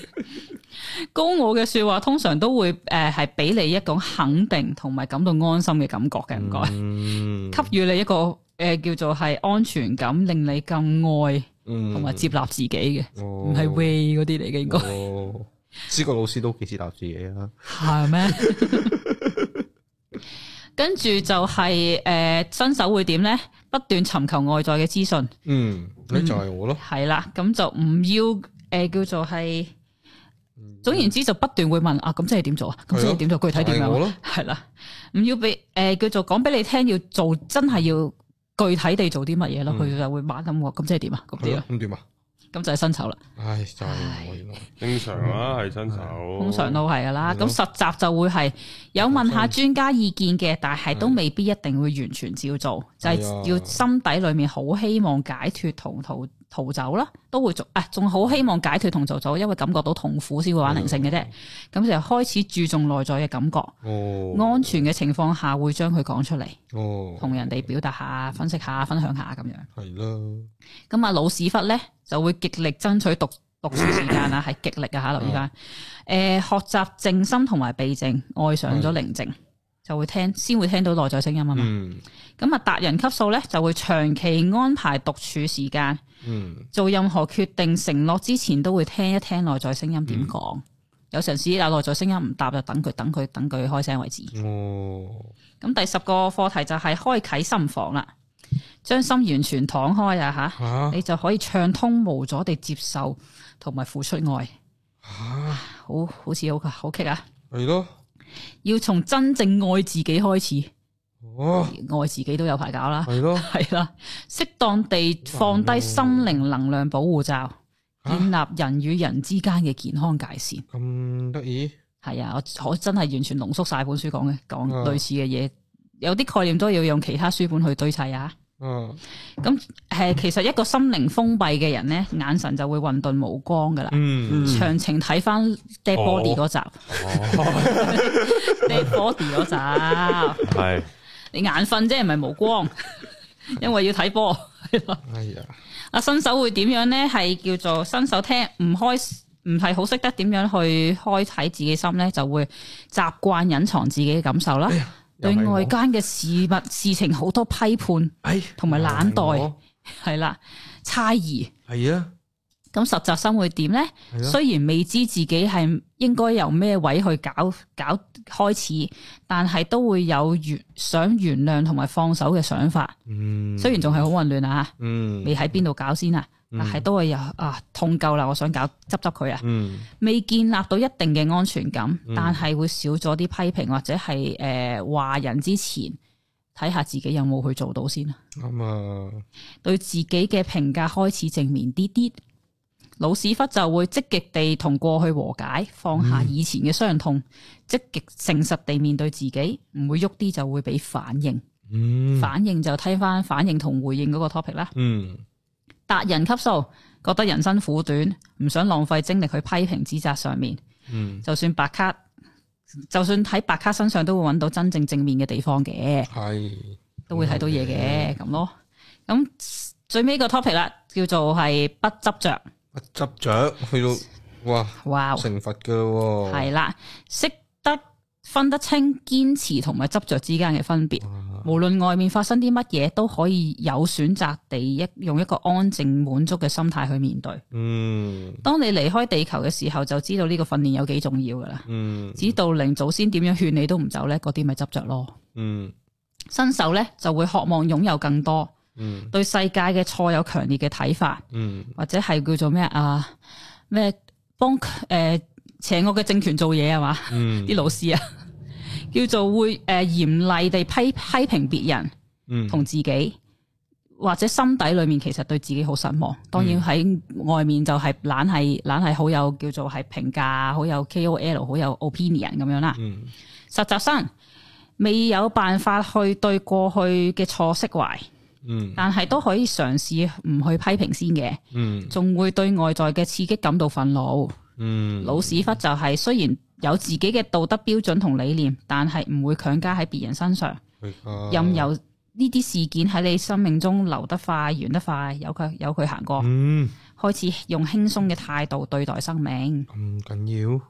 [SPEAKER 3] 高我嘅说話通常都會诶系俾你一種肯定同埋感到安心嘅感覺嘅，唔該，
[SPEAKER 2] 嗯
[SPEAKER 3] 給予你一個诶、呃叫做係安全感，令你更愛同
[SPEAKER 2] 同
[SPEAKER 3] 埋接納自己嘅，唔
[SPEAKER 2] 唔
[SPEAKER 3] 係 way 嗰啲嚟嘅，應該
[SPEAKER 2] 哦，思覺老師都幾似答自己啊。
[SPEAKER 3] 係咩？跟住就係呃新手會點咧？不斷尋求外在嘅資訊，
[SPEAKER 2] 嗯，呢就係我咯。
[SPEAKER 3] 係啦，咁就唔要诶、叫做係，總言之就不斷會問啊，咁即係點做啊？咁即係點做？具體點
[SPEAKER 2] 嗯係我
[SPEAKER 3] 樣
[SPEAKER 2] 咯
[SPEAKER 3] 啊？係啦，唔要俾诶、叫做講俾你聽，要做真係要具體地做啲乜嘢咯？佢、就會猛咁喎，咁即係點啊？咁
[SPEAKER 2] 嗯係
[SPEAKER 3] 點
[SPEAKER 2] 咯
[SPEAKER 3] 啊？
[SPEAKER 2] 咁點啊？
[SPEAKER 3] 咁就係薪酬啦，
[SPEAKER 2] 唉，就係我原來
[SPEAKER 1] 正常啦，係新手，
[SPEAKER 3] 通常都係噶啦。
[SPEAKER 2] 係咯
[SPEAKER 3] 咁實習就會係有問下專家意見嘅，但係都未必一定會完全照做，就係
[SPEAKER 2] 係啊
[SPEAKER 3] 要心底里面好希望解脱同逃逃走啦，都會做啊，仲好希望解脱同逃走，因為感覺到痛苦先會玩靈性嘅啫。咁就開始注重內在嘅感覺，
[SPEAKER 2] 嗯哦
[SPEAKER 3] 安全嘅情況下會將佢講出嚟，
[SPEAKER 2] 哦，
[SPEAKER 3] 同人哋表達下、分析下、分享下咁樣。
[SPEAKER 2] 係啦，
[SPEAKER 3] 咁啊，老屎忽咧就會極力爭取讀讀書時間啊，係極力啊嚇，留意翻。誒、學習靜心同埋避靜，愛上咗寧靜，就會聽先會聽到內在聲音啊嘛。
[SPEAKER 2] 嗯
[SPEAKER 3] 咁啊、達人級數咧就會長期安排獨處時間，
[SPEAKER 2] 嗯，
[SPEAKER 3] 做任何決定承諾之前都會聽一聽內在聲音點講。有陣時啊，內在聲音唔答就等佢等佢等佢開聲為止。
[SPEAKER 2] 哦，
[SPEAKER 3] 咁第十個課題就係開啟心房啦，將心完全敞開啊嚇。
[SPEAKER 2] 吓
[SPEAKER 3] 你就可以暢通無阻地接受同埋付出愛，
[SPEAKER 2] 吓，
[SPEAKER 3] 好好似好好棘啊！
[SPEAKER 2] 係咯，
[SPEAKER 3] 要從真正愛自己開始，
[SPEAKER 2] 哦，
[SPEAKER 3] 愛自己都有排搞啦，
[SPEAKER 2] 係咯，
[SPEAKER 3] 係啦，適當地放低心靈能量保護罩，建立人與人之間嘅健康界線。
[SPEAKER 2] 咁得意，
[SPEAKER 3] 係啊，我我真係完全濃縮晒本書講嘅講
[SPEAKER 2] 啊
[SPEAKER 3] 類似嘅嘢，有啲概念都要用其他書本去堆砌啊。
[SPEAKER 2] 啊，
[SPEAKER 3] 咁誒，其實一個心靈封閉嘅人呢，眼神就會混沌無光噶啦。
[SPEAKER 2] 嗯，哦
[SPEAKER 3] 詳情睇翻 Dead Body 嗰集，Dead Body 嗰集，
[SPEAKER 1] 係
[SPEAKER 3] 你眼瞓啫，唔係無 光，因為要睇波。
[SPEAKER 2] 哎呀，
[SPEAKER 3] 啊，新手會點樣呢？係叫做新手聽唔開，唔係好識得點樣去開啟自己心呢，就會習慣隱藏自己嘅感受啦。
[SPEAKER 2] 又
[SPEAKER 3] 對
[SPEAKER 2] 係我
[SPEAKER 3] 外間嘅事物事情好多批判
[SPEAKER 2] 哎，
[SPEAKER 3] 同埋懶
[SPEAKER 2] 又係
[SPEAKER 3] 惰，係啦，猜疑。
[SPEAKER 2] 我，係啊，
[SPEAKER 3] 咁實習生會點呢？
[SPEAKER 2] 係咯，
[SPEAKER 3] 雖然未知自己係應該由咩位去搞搞開始，但係都會有原想原諒同埋放手嘅想法。
[SPEAKER 2] 嗯，
[SPEAKER 3] 雖然仲係好混亂啊，
[SPEAKER 2] 嗯，
[SPEAKER 3] 未喺邊度搞先啊，
[SPEAKER 2] 嗯
[SPEAKER 3] 但係都會有啊痛夠啦，我想搞執執佢啊。
[SPEAKER 2] 嗯，
[SPEAKER 3] 未建立到一定嘅安全感
[SPEAKER 2] 嗯，
[SPEAKER 3] 但係會少咗啲批評或者係诶話人之前，睇下自己有冇去做到先啊。
[SPEAKER 2] 啱啊，
[SPEAKER 3] 對自己嘅評價開始正面啲啲。老屎忽就會積極地同過去和解，放下以前嘅傷痛，積極誠實地面對自己，唔會喐啲就會俾反應。
[SPEAKER 2] 嗯，
[SPEAKER 3] 反應就睇翻反應同回應嗰個 topic 啦。
[SPEAKER 2] 嗯，
[SPEAKER 3] 達人級數覺得人生苦短，唔想浪費精力去批評指責上面，
[SPEAKER 2] 嗯，
[SPEAKER 3] 就算白卡，就算喺白卡身上都會揾到真正正面嘅地方嘅。
[SPEAKER 2] 係，
[SPEAKER 3] 都會睇到嘢
[SPEAKER 2] 嗯
[SPEAKER 3] 嘅咁咯。咁最尾個 topic 啦，叫做係不執着。
[SPEAKER 2] 不執着，去到，哇，
[SPEAKER 3] 哇，
[SPEAKER 2] 成佛嘅喎，
[SPEAKER 3] 係啦，識得分得清堅持同埋執着之間嘅分別。
[SPEAKER 2] 哇
[SPEAKER 3] 無論外面發生啲乜嘢，都可以有選擇地一用一個安靜滿足嘅心態去面對。
[SPEAKER 2] Ừ, 嗯
[SPEAKER 3] 當你離開地球嘅時候，就知道呢個訓練有幾重要噶啦。
[SPEAKER 2] 嗯
[SPEAKER 3] 指導令祖先點樣勸你都唔走呢，嗰啲咪執着咯。
[SPEAKER 2] 嗯
[SPEAKER 3] 新手呢，就會渴望擁有更多，
[SPEAKER 2] 嗯
[SPEAKER 3] 對世界嘅錯有強烈嘅睇法，
[SPEAKER 2] 嗯
[SPEAKER 3] 或者係叫做咩啊咩幫诶邪惡嘅政權做嘢係啊嘛？
[SPEAKER 2] 嗯
[SPEAKER 3] 啲老師啊， 叫做會诶嚴厲地批批評別人
[SPEAKER 2] 嗯
[SPEAKER 3] 同自己，或者心底里面其實對自己好失望。
[SPEAKER 2] 嗯
[SPEAKER 3] 當然喺外面就係懶係懶係好有叫做係評價，好有 KOL，好有 opinion 咁樣啦。
[SPEAKER 2] 嗯
[SPEAKER 3] 實習生未有辦法去對過去嘅錯釋懷，
[SPEAKER 2] 嗯
[SPEAKER 3] 但係都可以嘗試唔去批評先嘅。
[SPEAKER 2] 嗯
[SPEAKER 3] 仲會對外在嘅刺激感到憤怒。
[SPEAKER 2] 嗯
[SPEAKER 3] 老屎忽就係雖然有自己嘅道德標準同理念，但係唔會強加喺別人身上，
[SPEAKER 2] 哦
[SPEAKER 3] 任由呢啲事件喺你生命中流得快、完得快，由佢由佢行過，
[SPEAKER 2] 嗯
[SPEAKER 3] 開始用輕鬆嘅態度對待生命。
[SPEAKER 2] 咁緊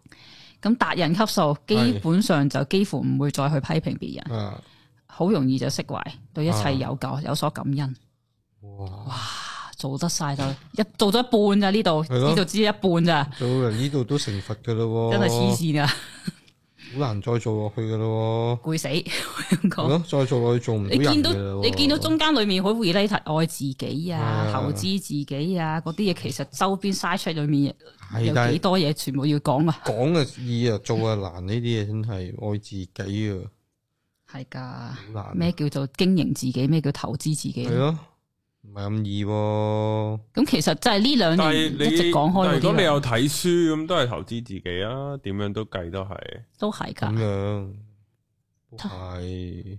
[SPEAKER 3] 咁達人級數基本上就幾乎唔會再去批評別人，
[SPEAKER 2] 要啊
[SPEAKER 3] 好容易就釋懷，對一
[SPEAKER 2] 啊
[SPEAKER 3] 切有感有所感恩。
[SPEAKER 2] 哇
[SPEAKER 3] 做得晒就一做咗一半咋呢度，
[SPEAKER 2] 係咯哦
[SPEAKER 3] 呢度只係一半咋。
[SPEAKER 2] ờ. 到嚟呢度都成佛嘅咯喎，
[SPEAKER 3] 真係黐線啊！
[SPEAKER 2] 好難再做落去噶咯
[SPEAKER 3] 攰死香
[SPEAKER 2] 喎，係
[SPEAKER 3] 港。
[SPEAKER 2] 咯，再做落去做唔到
[SPEAKER 3] 你
[SPEAKER 2] 人
[SPEAKER 3] 見到
[SPEAKER 2] 㗎啦喎
[SPEAKER 3] 你見到中間裏面好 relate 愛自己啊
[SPEAKER 2] 係、啊
[SPEAKER 3] 投資自己啊嗰啲嘢，其實周邊 side check 裏面
[SPEAKER 2] 係，
[SPEAKER 3] 有
[SPEAKER 2] 但
[SPEAKER 3] 幾
[SPEAKER 2] 係
[SPEAKER 3] 多嘢全部要講啊，
[SPEAKER 2] 講嘅易啊，做啊難呢啲嘢真係愛自己啊，
[SPEAKER 3] 係㗎。
[SPEAKER 2] 好難
[SPEAKER 3] 咩叫做經營自己？咩叫投資自己啊
[SPEAKER 2] 係？咯，唔係咁易喎。
[SPEAKER 3] 咁其實就係呢兩
[SPEAKER 1] 但
[SPEAKER 3] 年
[SPEAKER 1] 係
[SPEAKER 3] 一直
[SPEAKER 1] 你，
[SPEAKER 3] 講
[SPEAKER 1] 但係
[SPEAKER 3] 開嗰
[SPEAKER 1] 如果
[SPEAKER 3] 啲
[SPEAKER 1] 你
[SPEAKER 3] 啦，
[SPEAKER 1] 有睇書咁，都係投資自己啊，點樣都計都係，
[SPEAKER 3] 都係
[SPEAKER 2] 咁
[SPEAKER 3] 㗎。
[SPEAKER 2] 樣都係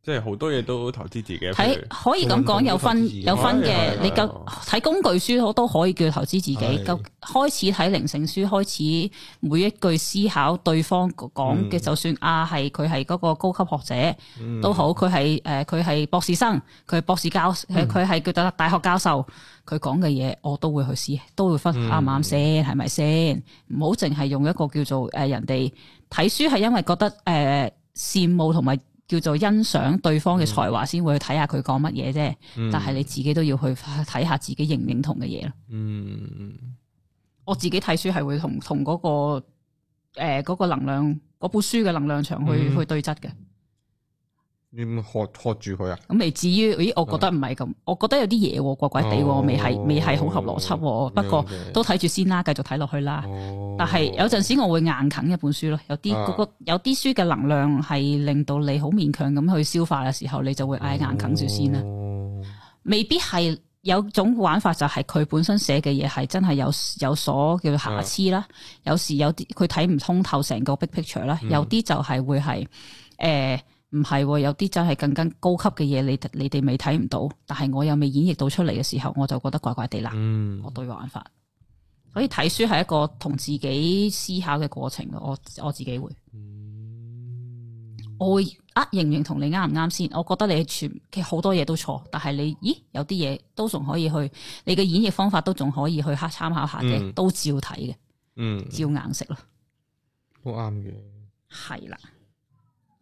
[SPEAKER 1] 即係好多嘢都投資自己。啊譬
[SPEAKER 3] 睇
[SPEAKER 1] 如
[SPEAKER 3] 可以咁講，有
[SPEAKER 2] 做運動都投資自己
[SPEAKER 3] 分有分
[SPEAKER 1] 係啊
[SPEAKER 3] 嘅
[SPEAKER 1] 係。
[SPEAKER 3] 你夠睇工具書都可以叫投資自己。
[SPEAKER 2] 係
[SPEAKER 3] 夠開始睇靈性書，開始每一句思考對方講
[SPEAKER 2] 嗯
[SPEAKER 3] 嘅，就算啊係佢係嗰個高級學者。
[SPEAKER 2] 嗯
[SPEAKER 3] 都好，佢係誒佢係博士生，佢係博士教，佢
[SPEAKER 2] 嗯
[SPEAKER 3] 佢係叫大大學教授，佢講嘅嘢我都會去試，都會分
[SPEAKER 2] 嗯
[SPEAKER 3] 啱唔啱先，係咪先？唔好淨係用一個叫做誒、呃人哋睇書係因為覺得誒、呃羨慕同埋叫做欣賞對方嘅才華先會去睇下佢講乜嘢啫。
[SPEAKER 2] 嗯
[SPEAKER 3] 但係你自己都要去睇下自己認唔認同嘅嘢咯。
[SPEAKER 2] 嗯
[SPEAKER 3] 我自己睇書係會同同嗰個誒嗰、個能量嗰本書嘅能量場去、
[SPEAKER 2] 嗯
[SPEAKER 3] 去對質嘅。
[SPEAKER 2] 你咪喝喝住佢啊？
[SPEAKER 3] 咁未至於，咦？我覺得唔係咁，我覺得有啲嘢喎，怪怪地
[SPEAKER 2] 哦
[SPEAKER 3] 喎，未係未係好合邏輯喎。不過
[SPEAKER 2] 咁樣嘅
[SPEAKER 3] 都睇住先啦，繼續睇落去啦。
[SPEAKER 2] 哦
[SPEAKER 3] 但係有陣時我會硬啃一本書咯，有啲
[SPEAKER 2] 啊
[SPEAKER 3] 嗰個有啲書嘅能量係令到你好勉強咁去消化嘅時候，你就會嗌硬啃住先啦。
[SPEAKER 2] 哦
[SPEAKER 3] 未必係有種玩法就係佢本身寫嘅嘢係真係有有所叫瑕疵啦，有時有啲佢睇唔通透成個 big picture 啦，有啲就係會係誒唔係喎，有啲真係更加高級嘅嘢，你你哋未睇唔到，但係我又未演繹到出嚟嘅時候，我就覺得怪怪地啦，
[SPEAKER 2] 嗯
[SPEAKER 3] 我對玩法。所以睇書係一個同自己思考嘅過程咯，我我自己會。
[SPEAKER 2] 嗯
[SPEAKER 3] 我會啊認唔認同你啱唔啱先？我覺得你全其實好多嘢都錯，但係你咦有啲嘢都仲可以去，你嘅演繹方法都仲可以去參考下嘅，
[SPEAKER 2] 嗯
[SPEAKER 3] 都照睇嘅，
[SPEAKER 2] 嗯
[SPEAKER 3] 照硬食咯，
[SPEAKER 2] 都啱嘅，
[SPEAKER 3] 係啦。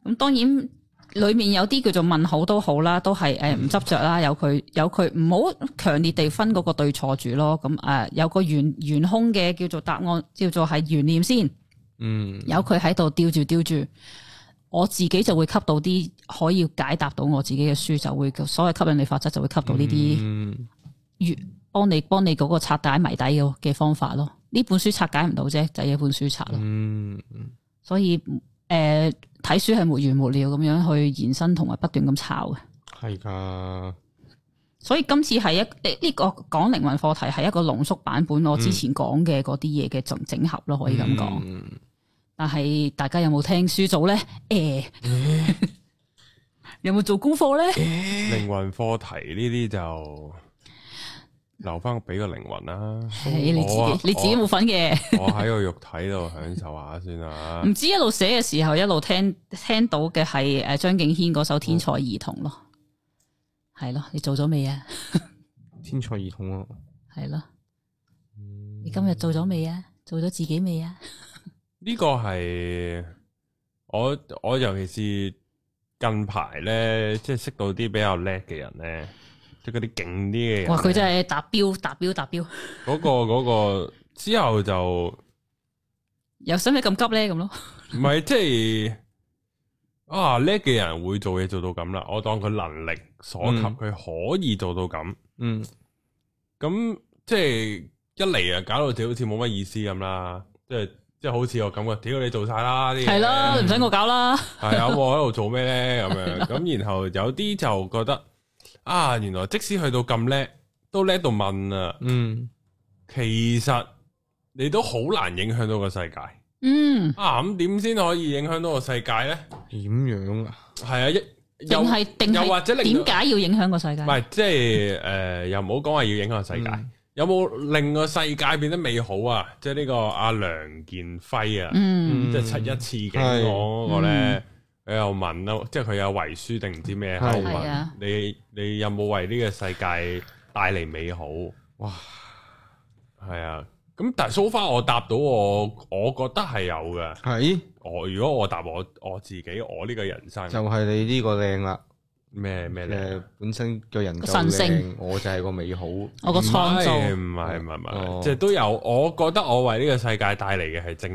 [SPEAKER 3] 咁當然裡面有啲叫做問號都好啦，都係
[SPEAKER 2] 嗯
[SPEAKER 3] 誒唔執着啦，有佢有佢唔好強烈地分嗰個對錯住咯。咁誒、呃有個圓圓空嘅叫做答案，叫做係懸念先。
[SPEAKER 2] 嗯
[SPEAKER 3] 有佢喺度吊住吊住，我自己就會吸到啲可以解答到我自己嘅書，就會所謂吸引力法則就會吸到呢啲
[SPEAKER 2] 嗯
[SPEAKER 3] 越幫你幫你嗰個拆解謎底嘅嘅方法咯。呢本書拆解唔到啫，就係一本書拆咯。
[SPEAKER 2] 嗯
[SPEAKER 3] 所以诶，睇、書係沒完沒了咁樣去延伸同埋不斷咁抄嘅。
[SPEAKER 2] 係㗎，
[SPEAKER 3] 所以今次係一呢呢、個講靈魂課題係一個濃縮版本，我之前講嘅嗰啲嘢嘅整整合咯，可以咁講。
[SPEAKER 2] 嗯
[SPEAKER 3] 但係大家有冇聽書組咧？诶、有冇做功課咧？
[SPEAKER 1] 靈魂課題呢啲就留翻俾個靈魂啦。
[SPEAKER 3] 係你自
[SPEAKER 1] 我啊
[SPEAKER 3] 己你自己冇份嘅，
[SPEAKER 1] 我喺個肉體度享受下先啦。
[SPEAKER 3] 唔知一路寫嘅時候一路聽聽到嘅係诶張敬軒嗰首《天才兒童》咯，係咯，你做咗未啊？
[SPEAKER 2] 天才兒童啊，
[SPEAKER 3] 係咯，
[SPEAKER 2] 嗯
[SPEAKER 3] 你今日做咗未啊？做咗自己未啊？
[SPEAKER 1] 呢個係我我尤其是近排咧，即係識到啲比較叻嘅人咧，即係嗰啲勁啲嘅人呢。
[SPEAKER 3] 哇！佢真係達標達標達標，
[SPEAKER 1] 嗰、個嗰、個之後就
[SPEAKER 3] 又使唔使咁急咧？咁咯，
[SPEAKER 1] 唔係即係啊叻嘅人會做嘢做到咁啦，我當佢能力所及，
[SPEAKER 2] 嗯
[SPEAKER 1] 佢、可以做到咁，
[SPEAKER 2] 嗯
[SPEAKER 1] 咁即係一嚟啊，搞到自己好似冇乜意思咁啦，即係即係好似我感覺，屌你做晒啦啲嘢
[SPEAKER 3] 係啦，唔使我搞啦，
[SPEAKER 1] 係啊，我喺度做咩咧？咁樣咁，然後有啲就覺得啊，原來即使去到咁叻，都叻到問啊，
[SPEAKER 2] 嗯
[SPEAKER 1] 其實你都好難影響到個世界
[SPEAKER 3] 嗯，
[SPEAKER 1] 啊！咁點先可以影響到個世界咧？
[SPEAKER 2] 點樣啊？
[SPEAKER 1] 係啊，一
[SPEAKER 3] 定
[SPEAKER 1] 又
[SPEAKER 3] 係定
[SPEAKER 1] 又或者
[SPEAKER 3] 係
[SPEAKER 1] 令到啊
[SPEAKER 3] 點解要影響個世界
[SPEAKER 1] 唔？係即係诶，又唔好講話要影響個世界，
[SPEAKER 2] 嗯
[SPEAKER 1] 有冇令個世界變得美好啊？即係呢個阿梁建輝啊。
[SPEAKER 3] 嗯
[SPEAKER 1] 即係七一次警
[SPEAKER 2] 係
[SPEAKER 1] 嗰個咧，佢又問啦，即係佢有遺書定唔知咩喺度
[SPEAKER 3] 係係
[SPEAKER 1] 問
[SPEAKER 3] 啊
[SPEAKER 1] 你，你有冇為呢個世界帶嚟美好？
[SPEAKER 2] 哇！
[SPEAKER 1] 係啊，咁但係 so far 我答到我，我覺得係有嘅。
[SPEAKER 2] 係
[SPEAKER 1] 我如果我答我我自己，我呢個人生
[SPEAKER 2] 就係你呢個靚啦，
[SPEAKER 1] 咩咩啊咧？
[SPEAKER 2] 誒本身個人就
[SPEAKER 3] 個神
[SPEAKER 2] 靚
[SPEAKER 3] 聖，
[SPEAKER 2] 我就係個美好，
[SPEAKER 3] 我個
[SPEAKER 1] 唔
[SPEAKER 3] 創
[SPEAKER 1] 係
[SPEAKER 3] 造
[SPEAKER 1] 唔係唔係唔
[SPEAKER 2] 哦
[SPEAKER 1] 係，即係都有。我覺得我為呢個世界帶嚟嘅係正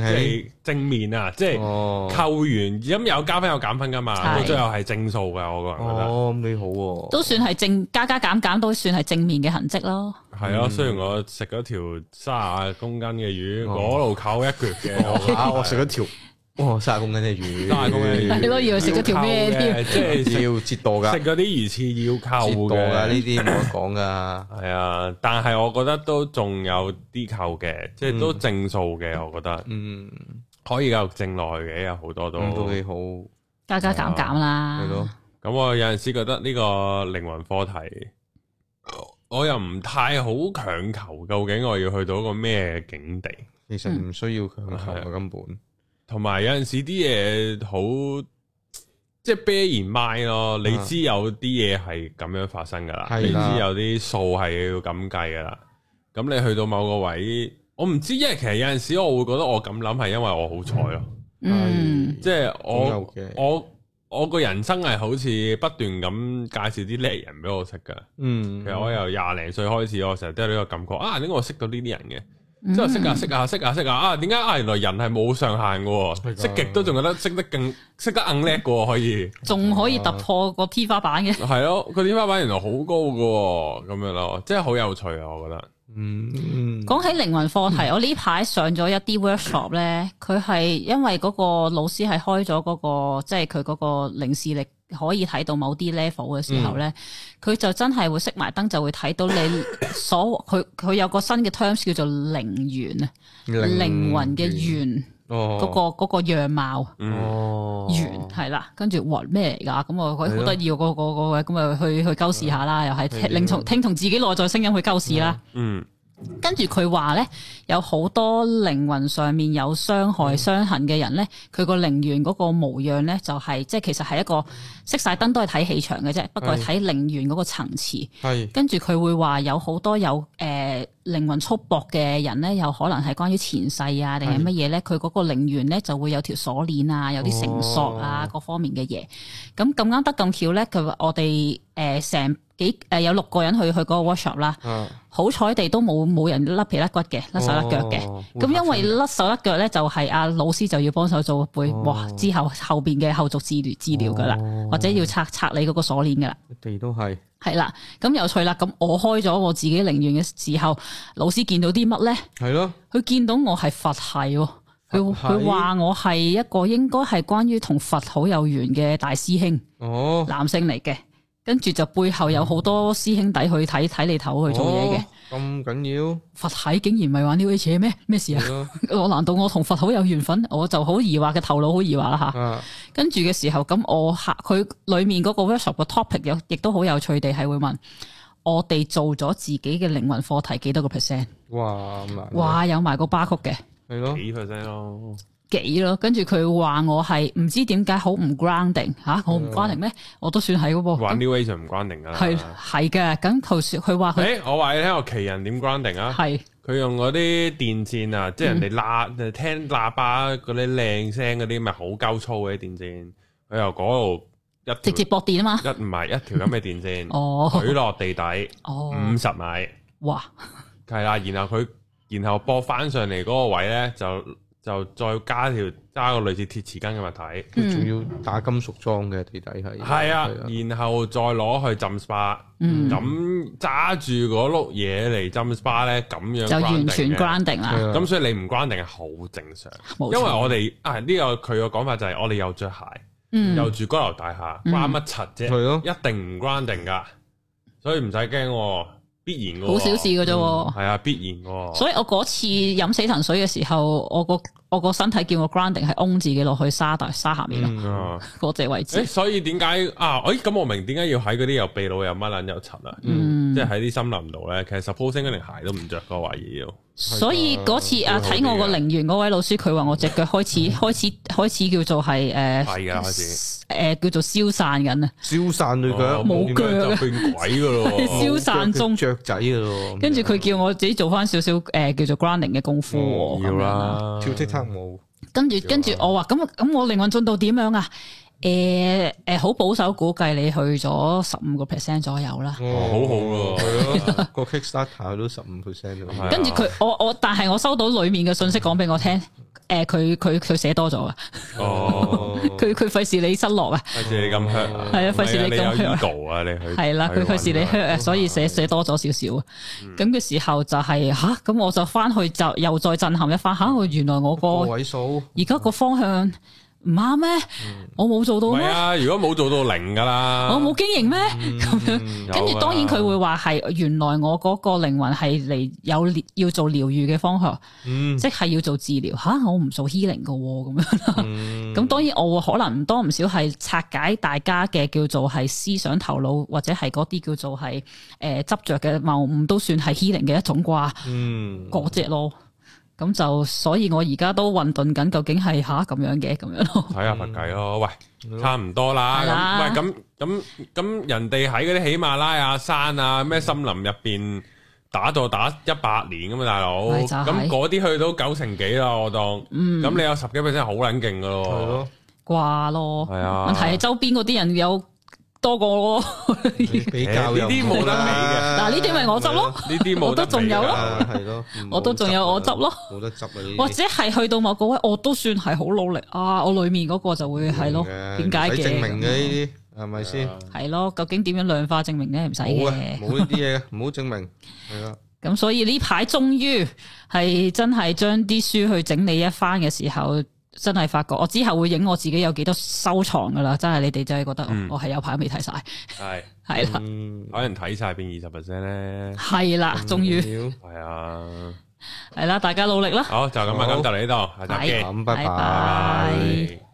[SPEAKER 1] 即
[SPEAKER 2] 系
[SPEAKER 1] 係正面啊，即係
[SPEAKER 2] 哦
[SPEAKER 1] 扣完咁有加分有減分噶嘛，
[SPEAKER 3] 係
[SPEAKER 1] 到最後係正數嘅，我個人覺得
[SPEAKER 2] 哦，咁你好喎，
[SPEAKER 3] 都算係正加加減減，都算係正面嘅痕跡咯。
[SPEAKER 1] 係
[SPEAKER 2] 嗯
[SPEAKER 1] 咯。雖然我食咗條卅公斤嘅魚，
[SPEAKER 2] 哦
[SPEAKER 1] 嗰度扣一橛嘅，
[SPEAKER 2] 啊！我食咗條，哇！三十公斤嘅魚，
[SPEAKER 1] 卅公斤嘅魚
[SPEAKER 3] 係咯以為食咗條咩添
[SPEAKER 1] 要扣嘅即係食
[SPEAKER 2] 要折墮㗎，
[SPEAKER 1] 食嗰啲魚翅要扣
[SPEAKER 2] 折墮㗎，呢
[SPEAKER 1] 嘅。
[SPEAKER 2] 啲冇得講㗎。
[SPEAKER 1] 係啊，但係我覺得都仲有啲扣嘅，即係都正數嘅，我覺得
[SPEAKER 2] 嗯，
[SPEAKER 1] 可以繼續正落去嘅，有好多都。
[SPEAKER 2] 咁嗯都幾好，係
[SPEAKER 3] 加加減減啦，
[SPEAKER 2] 咯。
[SPEAKER 1] 咁我有阵时覺得呢個靈魂課題，我又唔太好強求，究竟我要去到一個咩境地？
[SPEAKER 2] 其實唔需要強求
[SPEAKER 1] 係
[SPEAKER 2] 啊，根本
[SPEAKER 1] 同埋有阵时啲嘢好即係 bear in mind 咯，你知有啲嘢係咁樣發生噶啦，你
[SPEAKER 2] 啊係
[SPEAKER 1] 知
[SPEAKER 2] 啦
[SPEAKER 1] 有啲數係要咁計噶啦。咁你去到某個位，我唔知，因為其實有阵时我會覺得我咁諗係因為我好彩咯，
[SPEAKER 3] 嗯，
[SPEAKER 1] 即係
[SPEAKER 2] 都
[SPEAKER 1] 我
[SPEAKER 2] 有嘅。
[SPEAKER 1] 我我个人生係好似不斷咁介紹啲叻人俾我識噶。
[SPEAKER 2] 嗯，
[SPEAKER 1] 其實我由廿零歲開始，我成日都有呢個感覺啊！點解我識到呢啲人嘅？
[SPEAKER 3] 嗯
[SPEAKER 1] 之後識下識下識下識下啊！點解啊？原來人係冇上限嘅
[SPEAKER 2] 係
[SPEAKER 1] 喎，
[SPEAKER 2] 㗎
[SPEAKER 1] 識極都仲覺得識得更識得硬叻嘅喎，可以
[SPEAKER 3] 仲可以突破個天花板嘅。
[SPEAKER 1] 係咯。佢天花板原來好高嘅喎，咁樣咯，即係好有趣啊！我覺得
[SPEAKER 2] 嗯嗯
[SPEAKER 3] 講起靈魂課題，我呢排上咗一啲 workshop 咧，佢係因為嗰個老師係開咗嗰、個，即係佢嗰個靈視力可以睇到某啲 level 嘅時
[SPEAKER 2] 嗯
[SPEAKER 3] 候咧，佢、就真係會熄埋燈，就會睇到你 所佢佢有個新嘅 terms 叫做靈元啊，靈魂嘅元
[SPEAKER 2] 哦
[SPEAKER 3] 嗰、個嗰、個樣貌。
[SPEAKER 1] 嗯
[SPEAKER 2] 哦
[SPEAKER 3] 元係啦，跟住哇咩嚟㗎？咁我覺得好得意喎，個個個位咁啊去去鳩視下啦，又係
[SPEAKER 2] 係
[SPEAKER 3] 聽從聽從自己內在聲音去鳩視啦。
[SPEAKER 1] 嗯
[SPEAKER 3] 跟住佢話咧，有好多靈魂上面有傷害、傷痕嘅人咧，佢個靈元嗰個模樣咧，就係、即係其實係一個熄晒燈都係睇氣場嘅啫，不過係睇靈元嗰個層次。
[SPEAKER 2] 係
[SPEAKER 3] 跟住佢會話有好多有誒、呃、靈魂束縛嘅人咧，有可能係關於前世啊定係乜嘢咧，佢嗰個靈元咧就會有條鎖鏈啊，有啲繩索啊、
[SPEAKER 2] 哦
[SPEAKER 3] 各方面嘅嘢。咁咁啱得咁巧咧，佢話我哋誒成幾誒、呃有六個人去去嗰個 workshop 啦。
[SPEAKER 2] 啊
[SPEAKER 3] 好彩地都冇冇人甩皮甩骨嘅，甩手甩腳嘅。
[SPEAKER 2] 哦
[SPEAKER 3] 咁因為甩手甩腳咧，就係阿老師就要幫手做背，
[SPEAKER 2] 哦
[SPEAKER 3] 哇！之後後邊嘅後續治療治療噶啦，
[SPEAKER 2] 哦
[SPEAKER 3] 或者要拆拆你嗰個鎖鏈噶啦，
[SPEAKER 2] 地都係
[SPEAKER 3] 係啦。咁有趣啦，咁我開咗我自己靈園嘅時候，老師見到啲乜咧？
[SPEAKER 2] 係咯，
[SPEAKER 3] 佢見到我係佛系喎，佢
[SPEAKER 2] 佛系
[SPEAKER 3] 佢話我係一個應該係關於同佛好有緣嘅大師兄，
[SPEAKER 2] 哦
[SPEAKER 3] 男性嚟嘅。跟住就背後有好多師兄弟去睇睇你頭去做嘢嘅。
[SPEAKER 2] 哦，咁緊
[SPEAKER 3] 佛系竟然唔係玩 New Age 嘅咩？咩事
[SPEAKER 2] 要
[SPEAKER 3] 啊？
[SPEAKER 2] 係咯
[SPEAKER 1] 嗯
[SPEAKER 3] 我難道我同佛好有緣分？我就好疑惑嘅頭腦好疑惑啦
[SPEAKER 1] 嗯
[SPEAKER 3] 吓。
[SPEAKER 2] 啊
[SPEAKER 3] 跟住嘅時候，咁我下佢里面嗰個 workshop 嘅 topic 有，亦都好有趣地係會問我哋做咗自己嘅靈魂課題幾多個 percent？
[SPEAKER 2] 哇咁難
[SPEAKER 1] 嗯
[SPEAKER 3] 哇，有埋個巴曲嘅
[SPEAKER 2] 係咯
[SPEAKER 1] 幾 percent 咯，
[SPEAKER 3] 幾咯。跟住佢話我係唔知點解好唔 grounding 吓、我唔 grounding 咩？我都算係嘅
[SPEAKER 1] 嗯玩啊
[SPEAKER 3] 喎。
[SPEAKER 1] New Age 就唔關定噶啦。
[SPEAKER 3] 哦係係嘅，咁佢說佢話
[SPEAKER 1] 誒，
[SPEAKER 3] 佢
[SPEAKER 1] 我話你聽我奇人點關定啊？
[SPEAKER 3] 係
[SPEAKER 1] 佢用嗰啲電線啊，即係人
[SPEAKER 3] 嗯
[SPEAKER 1] 哋喇、聽喇叭嗰啲靚聲嗰啲，咪好鳩粗嘅啲電線。佢由嗰度一條
[SPEAKER 3] 直接駁電啊嘛。
[SPEAKER 1] 一唔係一條咁嘅電線，
[SPEAKER 3] 哦
[SPEAKER 1] 舉落地底
[SPEAKER 3] 哦，
[SPEAKER 1] 五十米，
[SPEAKER 3] 哇，
[SPEAKER 1] 係啦。然後佢然後播翻上嚟嗰個位咧，就就再加條加個類似鐵匙羹嘅物體，
[SPEAKER 2] 仲
[SPEAKER 3] 嗯
[SPEAKER 2] 要打金屬裝嘅地底係
[SPEAKER 1] 係啊，然後再攞去浸 SPA。
[SPEAKER 3] 嗯，
[SPEAKER 1] 咁揸住嗰碌嘢嚟浸 SPA 咧，咁樣
[SPEAKER 3] 就完全
[SPEAKER 1] grounding 嘅
[SPEAKER 3] grounding 啦。
[SPEAKER 2] 係啊
[SPEAKER 1] 咁所以你唔關定係好正常，
[SPEAKER 3] 冇
[SPEAKER 1] 因
[SPEAKER 3] 錯
[SPEAKER 1] 為我哋啊呢、個佢個講法就係我哋有着鞋，
[SPEAKER 3] 嗯
[SPEAKER 1] 有住高樓大廈，
[SPEAKER 3] 嗯
[SPEAKER 1] 關乜柒啫？
[SPEAKER 2] 係咯
[SPEAKER 1] 一定唔關定噶，所以唔使驚喎，必然嘅喎。
[SPEAKER 3] 好小事嘅啫喎。
[SPEAKER 1] 係啊，必然嘅喎。
[SPEAKER 3] 所以我嗰次飲死藤水嘅時候，我個我個身體叫我 grounding 係擁自己落去沙大沙下面咯，
[SPEAKER 2] 嗯
[SPEAKER 1] 啊
[SPEAKER 3] 嗰隻位
[SPEAKER 1] 誒，
[SPEAKER 3] 置。
[SPEAKER 1] 所以點解啊？誒，咁我明點解要喺嗰啲有秘魯有乜撚有塵啦，
[SPEAKER 3] 嗯
[SPEAKER 1] 即，係喺啲森林度咧。其實 supposing 嗰條鞋都唔着個懷疑要，
[SPEAKER 3] 所以嗰次
[SPEAKER 1] 會好啲嘅
[SPEAKER 3] 啊，
[SPEAKER 1] 嗯
[SPEAKER 3] 睇我個陵園嗰位老師，佢話我隻腳開始開始開始叫做係
[SPEAKER 1] 係
[SPEAKER 3] 誒
[SPEAKER 1] 㗎開始
[SPEAKER 3] 誒叫做消散緊啊，
[SPEAKER 2] 消散對腳
[SPEAKER 1] 哦
[SPEAKER 3] 冇腳啊
[SPEAKER 1] 咁就變鬼噶 咯。
[SPEAKER 3] 消散中。
[SPEAKER 2] 雀仔嘅咯，
[SPEAKER 3] 跟住佢叫我自己做翻少少誒叫做 grounding 嘅功夫喎，咁
[SPEAKER 1] 哦要
[SPEAKER 3] 樣啦。
[SPEAKER 1] 啦，
[SPEAKER 2] 跳踢踏舞，
[SPEAKER 3] 跟住跟住我話咁咁我靈魂進度點樣啊？誒誒，好保守估計你去咗十五個 percent 左右啦。
[SPEAKER 1] 哦好好咯
[SPEAKER 2] 係咯，個 Kickstarter 都十五 percent
[SPEAKER 1] 係啊
[SPEAKER 3] 跟住佢，我我但係我收到裡面嘅信息講俾我聽，诶，佢佢佢寫多咗啊！
[SPEAKER 1] 哦，
[SPEAKER 3] 佢佢費事你失落啊！
[SPEAKER 1] 費事你咁 hurt 啊，
[SPEAKER 3] 係啊費事你咁 hurt 啊
[SPEAKER 1] 度啊，你去
[SPEAKER 3] 係啦，佢費事你 hurt 啊，所以寫
[SPEAKER 2] 嗯
[SPEAKER 3] 寫多咗少少啊。
[SPEAKER 1] 嗯
[SPEAKER 3] 咁嘅時候就係吓，咁我就翻去就又再震撼一番吓，我原來我
[SPEAKER 2] 個
[SPEAKER 3] 個
[SPEAKER 1] 啊
[SPEAKER 2] 位數，
[SPEAKER 3] 而家個方向唔啱咩？我冇做
[SPEAKER 1] 嗯
[SPEAKER 3] 到
[SPEAKER 1] 唔係
[SPEAKER 3] 咩？
[SPEAKER 1] 啊，如果冇做到零噶啦，
[SPEAKER 3] 我冇經營咩？
[SPEAKER 2] Ừ.
[SPEAKER 3] 咁樣。
[SPEAKER 2] 嗯
[SPEAKER 3] 跟
[SPEAKER 1] 啊
[SPEAKER 3] 住當然佢會話係原來我嗰個靈魂係嚟有療要做療愈嘅方向，
[SPEAKER 2] 嗯
[SPEAKER 3] 即係要做治療吓、我唔做 healing 嘅喎咁樣。
[SPEAKER 2] Ừ. 嗯
[SPEAKER 3] 咁當然我會可能唔多唔少係拆解大家嘅叫做係思想頭腦或者係嗰啲叫做係誒執着嘅謬誤，都算係 healing 嘅一種啩
[SPEAKER 2] 嗯
[SPEAKER 3] 嗰只咯。咁就所以我而家都混沌緊，究竟係吓咁樣嘅咁樣咯。
[SPEAKER 1] 睇下佛偈咯，喂，差唔多啦。
[SPEAKER 3] 係啦
[SPEAKER 1] 咁喂，咁咁咁，人哋喺嗰啲喜馬拉雅山啊，咩森林入邊打坐打一百年咁嘛，大佬。
[SPEAKER 3] 咪就係
[SPEAKER 1] 咁嗰啲去到九成幾啦，我當。
[SPEAKER 3] 嗯，
[SPEAKER 1] 咁你有十幾 percent 好撚勁噶
[SPEAKER 2] 係
[SPEAKER 1] 咯。
[SPEAKER 2] 咯，
[SPEAKER 3] 掛咯。
[SPEAKER 1] 係啊
[SPEAKER 3] 問題係周邊嗰啲人有多過我咯。
[SPEAKER 2] 比比較
[SPEAKER 1] 呢
[SPEAKER 2] 又
[SPEAKER 1] 啲冇得比嘅
[SPEAKER 2] 啦
[SPEAKER 3] 嗱呢啲咪我執咯，
[SPEAKER 1] 呢啲冇
[SPEAKER 3] 我都
[SPEAKER 1] 得
[SPEAKER 3] 仲有
[SPEAKER 1] 比㗎
[SPEAKER 3] 咯
[SPEAKER 2] 啊係咯，
[SPEAKER 3] 我都仲有我執咯，
[SPEAKER 2] 冇得執啊呢啲
[SPEAKER 3] 或者係去到某個位，我都算係好努力啊！我裡面嗰個就會係咯，點解
[SPEAKER 2] 唔使
[SPEAKER 3] 嘅？
[SPEAKER 2] 證明嘅呢啲係咪先？
[SPEAKER 3] 係咯，究竟點樣量化證明咧？唔使
[SPEAKER 2] 冇嘅，
[SPEAKER 3] 嘅。
[SPEAKER 2] 冇呢啲嘢嘅，唔好證明係 啦。
[SPEAKER 3] 咁所以呢排終於係真係將啲書去整理一番嘅時候，真係發覺我之後會影我自己有幾多收藏噶啦。真係你哋真係覺得
[SPEAKER 1] 嗯
[SPEAKER 3] 我係有排未睇晒，
[SPEAKER 1] 係
[SPEAKER 3] 係啦，
[SPEAKER 2] 嗯，
[SPEAKER 1] 可能睇晒變二十 percent 咧。
[SPEAKER 3] 係啦，終於
[SPEAKER 2] 要
[SPEAKER 1] 係啊，
[SPEAKER 3] 係啦，大家努力啦。
[SPEAKER 1] 好就咁啊，
[SPEAKER 2] 好
[SPEAKER 1] 今集嚟呢度，下集
[SPEAKER 3] 係
[SPEAKER 1] 見。
[SPEAKER 2] 咁，拜
[SPEAKER 3] 拜
[SPEAKER 2] 拜
[SPEAKER 3] 拜。
[SPEAKER 1] 拜。